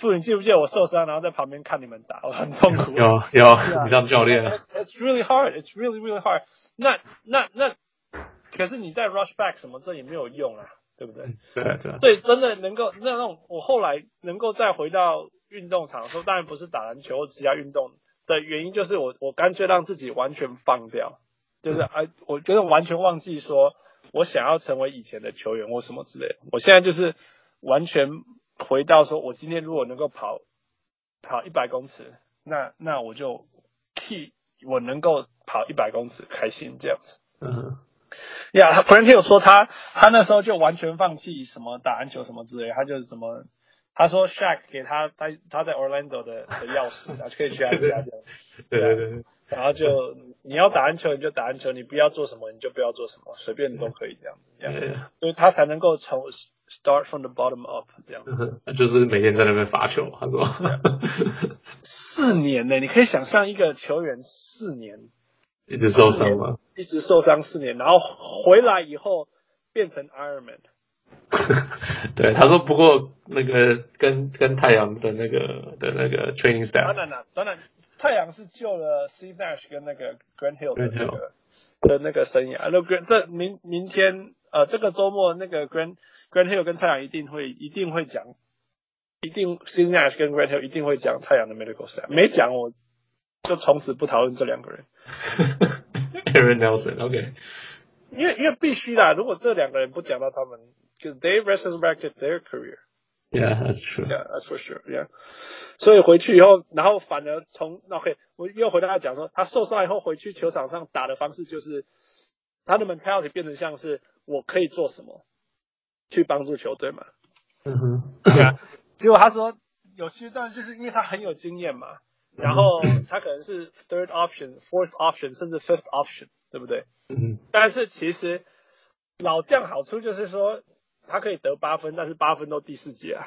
Speaker 1: 不，你记不记得我受伤，然后在旁边看你们打，我很痛苦。
Speaker 2: 有有，你当教练啊？
Speaker 1: It's really hard. It's really really hard. 那那那，可是你在 rush back 什么这也没有用啊，对不对？
Speaker 2: 对啊对啊，
Speaker 1: 对，真的能够那种，我后来能够再回到运动场的时候，当然不是打篮球或其他运动的原因，就是我我干脆让自己完全放掉，就是啊，我觉得完全忘记说我想要成为以前的球员或什么之类的。我现在就是完全回到说，我今天如果能够跑跑一百公尺，那那我就替我能够跑一百公尺开心这样子。
Speaker 2: 嗯，
Speaker 1: Yeah, Grant Hill 说他他那时候就完全放弃什么打篮球什么之类，他就是怎么他说 Shaq 给他他他在 Orlando 的的钥匙，他可以去他家这样，
Speaker 2: 对对对对，
Speaker 1: 然后就你要打篮球你就打篮球，你不要做什么你就不要做什么，随便你都可以这样子，yeah.
Speaker 2: 对
Speaker 1: 所以他才能够从 start from the bottom up 这样。
Speaker 2: 对 就是每天在那边罚球，他说，
Speaker 1: 四年呢，你可以想象一个球员四年
Speaker 2: 一直受伤嘛，
Speaker 1: 一直受伤四年，然后回来以后变成 Iron Man。
Speaker 2: 对，他说不过那个跟跟太阳的那个的那个 training
Speaker 1: 当
Speaker 2: staff，
Speaker 1: 然啦，当然，太阳是救了 Steve Nash 跟那个 Grant Hill 的
Speaker 2: Grant
Speaker 1: 那
Speaker 2: Hill
Speaker 1: 个的那个生涯。那 Grant 这明明天呃这个周末那个 Grant Grant Hill 跟太阳一定会一定会讲，一定 Steve Nash 跟 Grant Hill 一定会讲太阳的 medical staff。没讲我就从此不讨论这两个人，
Speaker 2: Aaron Nelson，OK，
Speaker 1: 因为因为必须啦。如果这两个人不讲到他们，cause they resurrected their career。
Speaker 2: Yeah，that's true。
Speaker 1: Yeah, that's for sure. Yeah. 所以回去以后，然后反而从 OK，我又回到他讲说，他受伤以后回去球场上打的方式就是他的 mentality 变成像是我可以做什么去帮助球队嘛。
Speaker 2: 嗯哼，
Speaker 1: 对啊， 结果他说有些但就是因为他很有经验嘛，然后他可能是 third option、fourth option 甚至 fifth option，对不对？
Speaker 2: 嗯，
Speaker 1: 但是其实老将好处就是说他可以得八分，但是八分都第四节啊，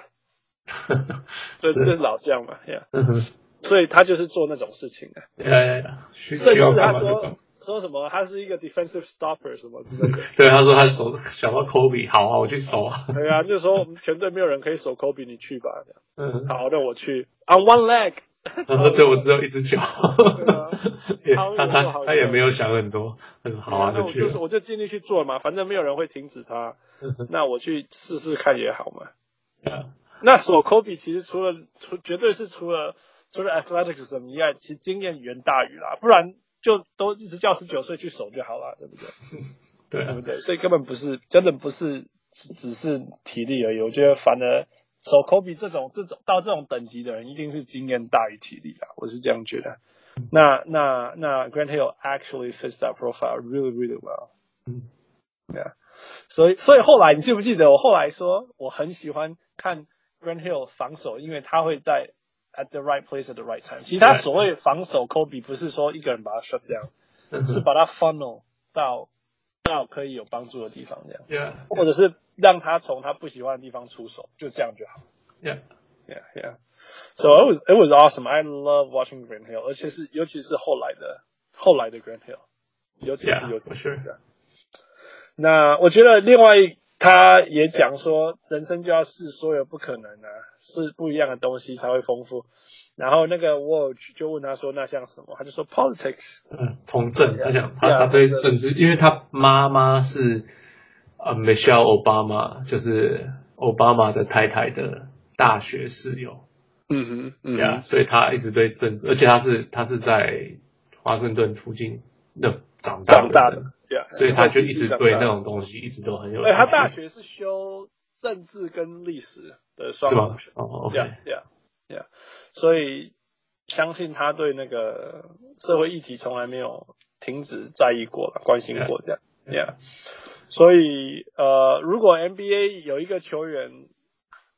Speaker 1: 所以这就是老将嘛，Yeah。
Speaker 2: 嗯哼，
Speaker 1: 所以他就是做那种事情的。
Speaker 2: 呃，需
Speaker 1: 甚
Speaker 2: 需要
Speaker 1: 至他
Speaker 2: 干嘛就干嘛
Speaker 1: 说。说什么他是一个 defensive stopper 什么之类 的，
Speaker 2: 对，他说他手想到 Kobe，好啊，我去守啊。
Speaker 1: 对啊，就是说我们全队没有人可以守 Kobe，你去吧。这样
Speaker 2: 嗯，
Speaker 1: 好，那我去 on one leg。
Speaker 2: 他说对我只有一只脚，
Speaker 1: 啊
Speaker 2: 也
Speaker 1: 好
Speaker 2: 他
Speaker 1: 好
Speaker 2: 他
Speaker 1: 好
Speaker 2: 他也没有想很多，他说好啊，
Speaker 1: 那
Speaker 2: 就
Speaker 1: 我
Speaker 2: 去
Speaker 1: 就
Speaker 2: 了。
Speaker 1: 我就尽力去做嘛，反正没有人会停止 他，那我去试试看也好嘛。那守 Kobe 其实除了除绝对是除了除了 athleticism 以外，其实经验远大于啦，不然就都一直叫十九岁去守就好了，对不对？
Speaker 2: 对
Speaker 1: 对不
Speaker 2: 啊，
Speaker 1: 对？所以根本不是，真的不是只只是体力而已。我觉得反而手 Kobe 这种这种到这种等级的人，一定是经验大于体力啊，我是这样觉得。那那那 Grant Hill actually fits that profile really really well。
Speaker 2: 嗯
Speaker 1: ，Yeah。所以所以后来你记不记得我后来说我很喜欢看 Grant Hill 防守，因为他会在 at the right place at the right time。其实他所谓防守 Kobe 不是说一个人把他 shut down，
Speaker 2: 嗯
Speaker 1: 是把它 funnel 到到可以有帮助的地方，这样，
Speaker 2: ，Yeah
Speaker 1: 或者是让他从他不喜欢的地方出手，就这样就好。
Speaker 2: Yeah，
Speaker 1: Yeah, yeah. So it was it was awesome. I love watching Grant Hill，而且是尤其是后来的后来的 Grant Hill，尤其是
Speaker 2: Yeah，
Speaker 1: 有
Speaker 2: 我 sure。
Speaker 1: 那我觉得另外一他也讲说，人生就要试所有不可能啊，试不一样的东西才会丰富。然后那个 w a l 就问他说那像什么，他就说 politics。
Speaker 2: 嗯，从政，他想
Speaker 1: Yeah，
Speaker 2: 他他对
Speaker 1: 从政
Speaker 2: 政治，因为他妈妈是呃 Michelle Obama，就是奥巴马的太太的大学室友。
Speaker 1: 嗯哼，嗯
Speaker 2: 呀，所以他一直对政治，而且他是他是在华盛顿附近的长大
Speaker 1: 长大
Speaker 2: 的
Speaker 1: 的
Speaker 2: 人，
Speaker 1: ，Yeah，
Speaker 2: 所以他就一
Speaker 1: 在 DC
Speaker 2: 直
Speaker 1: 长大
Speaker 2: 对那种东西一直都很有兴趣。
Speaker 1: 对，哎他大学是修政治跟历史的双
Speaker 2: 是吗
Speaker 1: 主修？
Speaker 2: 哦，OK，
Speaker 1: ，Yeah Yeah Yeah，所以相信他对那个社会议题从来没有停止在意过吧，关心过这样，Yeah。所以呃，如果 NBA 有一个球员，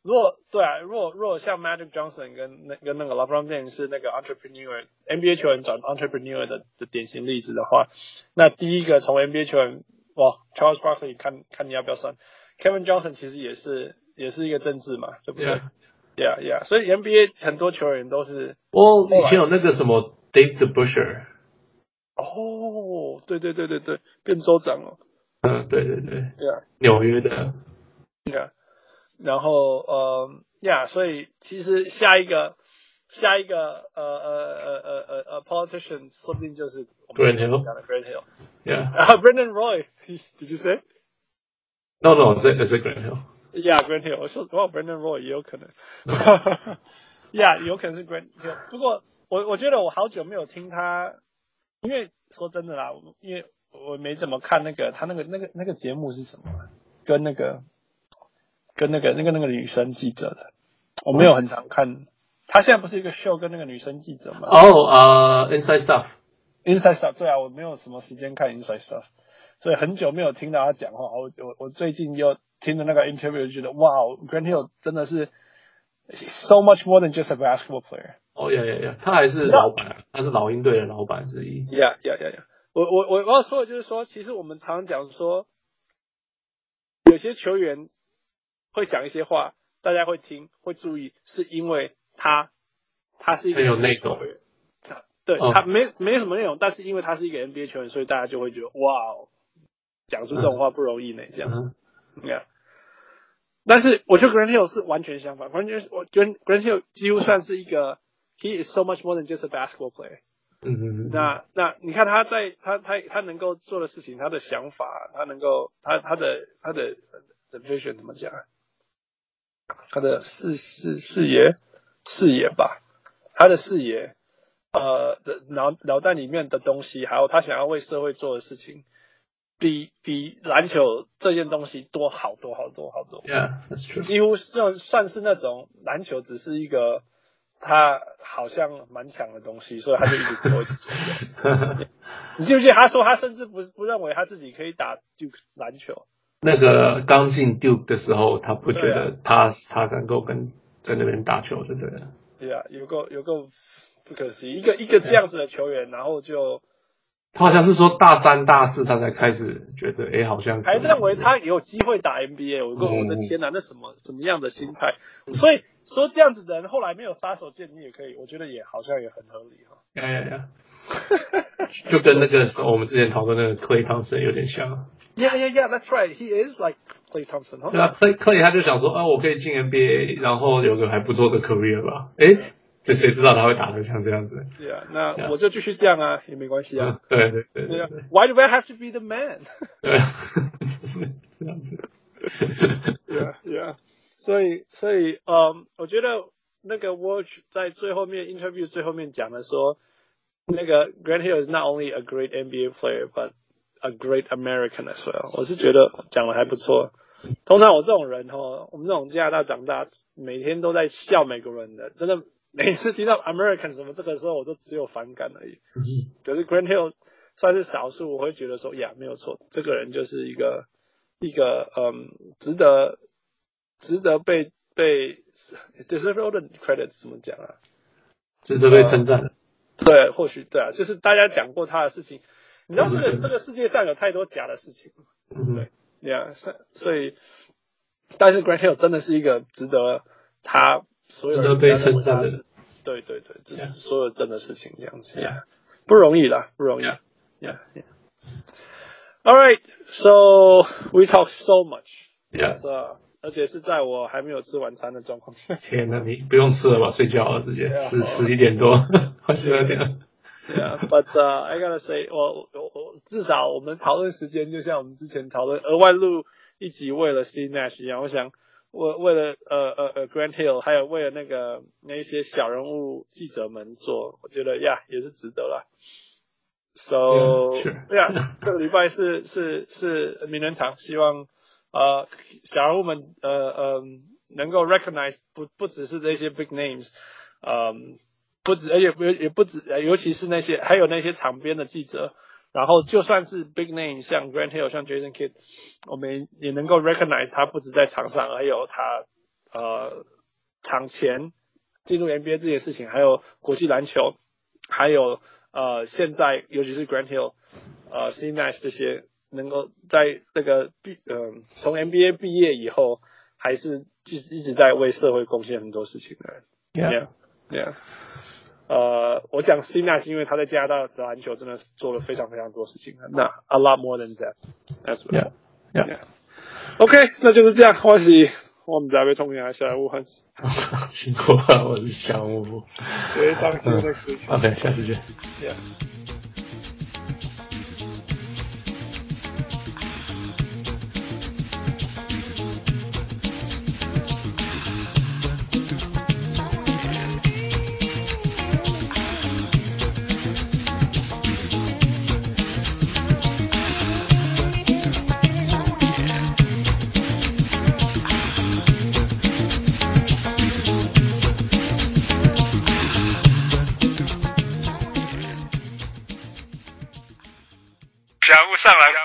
Speaker 1: 如果对啊，如果如果像 Magic Johnson 跟那跟那个 LeBron James 是那个 entrepreneur，NBA 球员转 entrepreneur 的的典型例子的话，那第一个从 NBA 球员哇，Charles Barkley 看看你要不要算，Kevin Johnson 其实也是也是一个政治嘛，对不对
Speaker 2: Yeah
Speaker 1: Yeah, yeah，所以 NBA 很多球员都是
Speaker 2: 我以前有那个什么 Dave the Busher，
Speaker 1: 哦，对对对对对，变州长了
Speaker 2: 嗯，对对对，
Speaker 1: ，Yeah
Speaker 2: 纽约的，
Speaker 1: Yeah，然后呃，Yeah，所以其实下一个下一个呃呃呃呃呃呃 politician 说不定就是我们
Speaker 2: Grant Hill
Speaker 1: 讲的 Grant Hill，
Speaker 2: yeah，no
Speaker 1: 啊、Brendan Roy，Did you say？
Speaker 2: no，是是 Grant Hill，
Speaker 1: Yeah, Grant Hill，我说哇，Brandon Roy 也有可能。yeah，有可能是 Grant Hill。不过我我觉得我好久没有听他，因为说真的啦，我因为我没怎么看那个他那个那个那个节目是什么啊，跟那个跟那个那个那个女生记者的，我没有很常看。他现在不是一个 show 跟那个女生记者吗
Speaker 2: 哦啊，Inside Stuff，
Speaker 1: ？Inside Stuff，对啊，我没有什么时间看 Inside Stuff，所以很久没有听到他讲话。我我我最近又听了那个 interview，觉得哇，Grant Hill 真的是 so much more than just a basketball player。
Speaker 2: 哦呀呀呀，他还是老板啊，他是老鹰队的老板之一，
Speaker 1: Yeah, yeah, yeah, yeah. 我我我我要说的就是说，其实我们常讲说，有些球员会讲一些话，大家会听会注意，是因为他他是一个
Speaker 2: 很有内容
Speaker 1: NBA 球员，他对、
Speaker 2: 哦
Speaker 1: 他没没什么内容，但是因为他是一个 NBA 球员，所以大家就会觉得哇哦，讲出这种话不容易呢，这样子。
Speaker 2: 嗯，
Speaker 1: Yeah. 但是我觉得 Grant Hill 是完全相反，完全我觉得 Grant Hill 几乎算是一个，He is so much more than just a basketball player。
Speaker 2: 嗯嗯嗯，
Speaker 1: 那那你看他在他他他能够做的事情，他的想法，他能够他他的他的呃 vision 怎么讲？他的视视视野视野吧，他的视野，呃，的脑脑袋里面的东西，还有他想要为社会做的事情，比比篮球这件东西多好多好多好多。
Speaker 2: ，yeah，that's true，
Speaker 1: 几乎算算是那种篮球只是一个他好像蛮强的东西，所以他就一直做一直做。一直做 你记不记得他说他甚至不不认为他自己可以打 Duke 篮球？
Speaker 2: 那个刚进 Duke 的时候，他不觉
Speaker 1: 对啊
Speaker 2: 得他、他能够跟在那边打球，对不对了？
Speaker 1: 对啊，有够有够不可思议，一个一个这样子的球员，然后就
Speaker 2: 他好像是说大三、大四他才开始觉得，哎、好像可
Speaker 1: 还
Speaker 2: 以
Speaker 1: 认为他有机会打 NBA，我够我的天哪，那什么什么样的心态？所以说这样子的人后来没有杀手锏，你也可以，我觉得也好像也很合理哈。
Speaker 2: 哎呀呀，就跟那个我们之前讨论那个 Clay Thompson 有点像。
Speaker 1: Yeah, yeah, yeah, that's right. He is like Clay Thompson.
Speaker 2: 对
Speaker 1: Huh?
Speaker 2: 啊，Clay Clay 他就想说，啊，我可以进 NBA，然后有个还不错的 career 吧。哎、这谁知道他会打成像这样子？
Speaker 1: 对啊，那
Speaker 2: Yeah.
Speaker 1: 我就继续这样啊，也没关系啊。
Speaker 2: 对对对
Speaker 1: 对
Speaker 2: 对
Speaker 1: 啊，Why do I have to be the man？
Speaker 2: 对，啊 是这样子。
Speaker 1: 对啊，对啊。所以，所以，嗯，我觉得那个 Watch 在最后面 interview 最后面讲的说，那个 Grant Hill is not only a great NBA player but a great American as well。我是觉得讲的还不错。通常我这种人哦，我们这种加拿大长大，每天都在笑美国人的，真的每次听到 American 什么这个时候，我都只有反感而已。可是 Grant Hill 算是少数，我会觉得说呀，没有错，这个人就是一个一个嗯，值得值得被被 deserve all the credits 怎么讲啊？
Speaker 2: 值得被称赞的。
Speaker 1: 对，或许对啊，就是大家讲过他的事情，你知道这
Speaker 2: 嗯
Speaker 1: 个这个世界上有太多假的事情，
Speaker 2: 嗯，
Speaker 1: 对啊，所所以，但是 Grant Hill 真的是一个值得他所有
Speaker 2: 值得
Speaker 1: 人
Speaker 2: 被称赞的人
Speaker 1: 人，对对对，这
Speaker 2: Yeah
Speaker 1: 是所有真的事情这样子 y 不容易啦，不容易
Speaker 2: Yeah
Speaker 1: ，Yeah yeah。All right, so we talk so much.
Speaker 2: 呀、
Speaker 1: 这而且是在我还没有吃晚餐的状况下。
Speaker 2: 天呐，你不用吃了吧？睡觉了，直接
Speaker 1: 对啊
Speaker 2: 十十一点多，快十二点了。
Speaker 1: Yeah, but uh, I gotta say，我我我至少我们讨论时间，就像我们之前讨论额外录一集为了 C Nash 一样，我想我为了呃呃呃 Grant Hill，还有为了那个那一些小人物记者们做，我觉得呀、也是值得了。So
Speaker 2: Yeah, sure.
Speaker 1: 对啊，这个礼拜是是是名人堂，希望呃小人物们呃呃能够 recognize 不不只是这些 big names，嗯、不止，而且不也不止，呃尤其是那些还有那些场边的记者，然后就算是 big name 像 Grant Hill 像 Jason Kidd，我们也能够 recognize 他不止在场上，还有他呃场前进入 NBA 这件事情，还有国际篮球，还有呃现在尤其是 Grant Hill 呃 C Nash 这呃些能够在这个毕嗯、从 NBA 毕业以后还是一直一直在为社会贡献很多事情的人。啊
Speaker 2: Yeah.
Speaker 1: Yeah，Yeah，呃，我讲 Cena 是因为他在加拿大的篮球真的做了非常非常多事情，那 a lot more than that。That's what.
Speaker 2: Yeah. Yeah.
Speaker 1: Yeah. OK，那就是这样，欢喜。我们再会痛下下午很，
Speaker 2: 辛苦了，我是小五。
Speaker 1: 对，当天那时
Speaker 2: OK，下次见。
Speaker 1: ，Yeah。
Speaker 3: 小屋上来。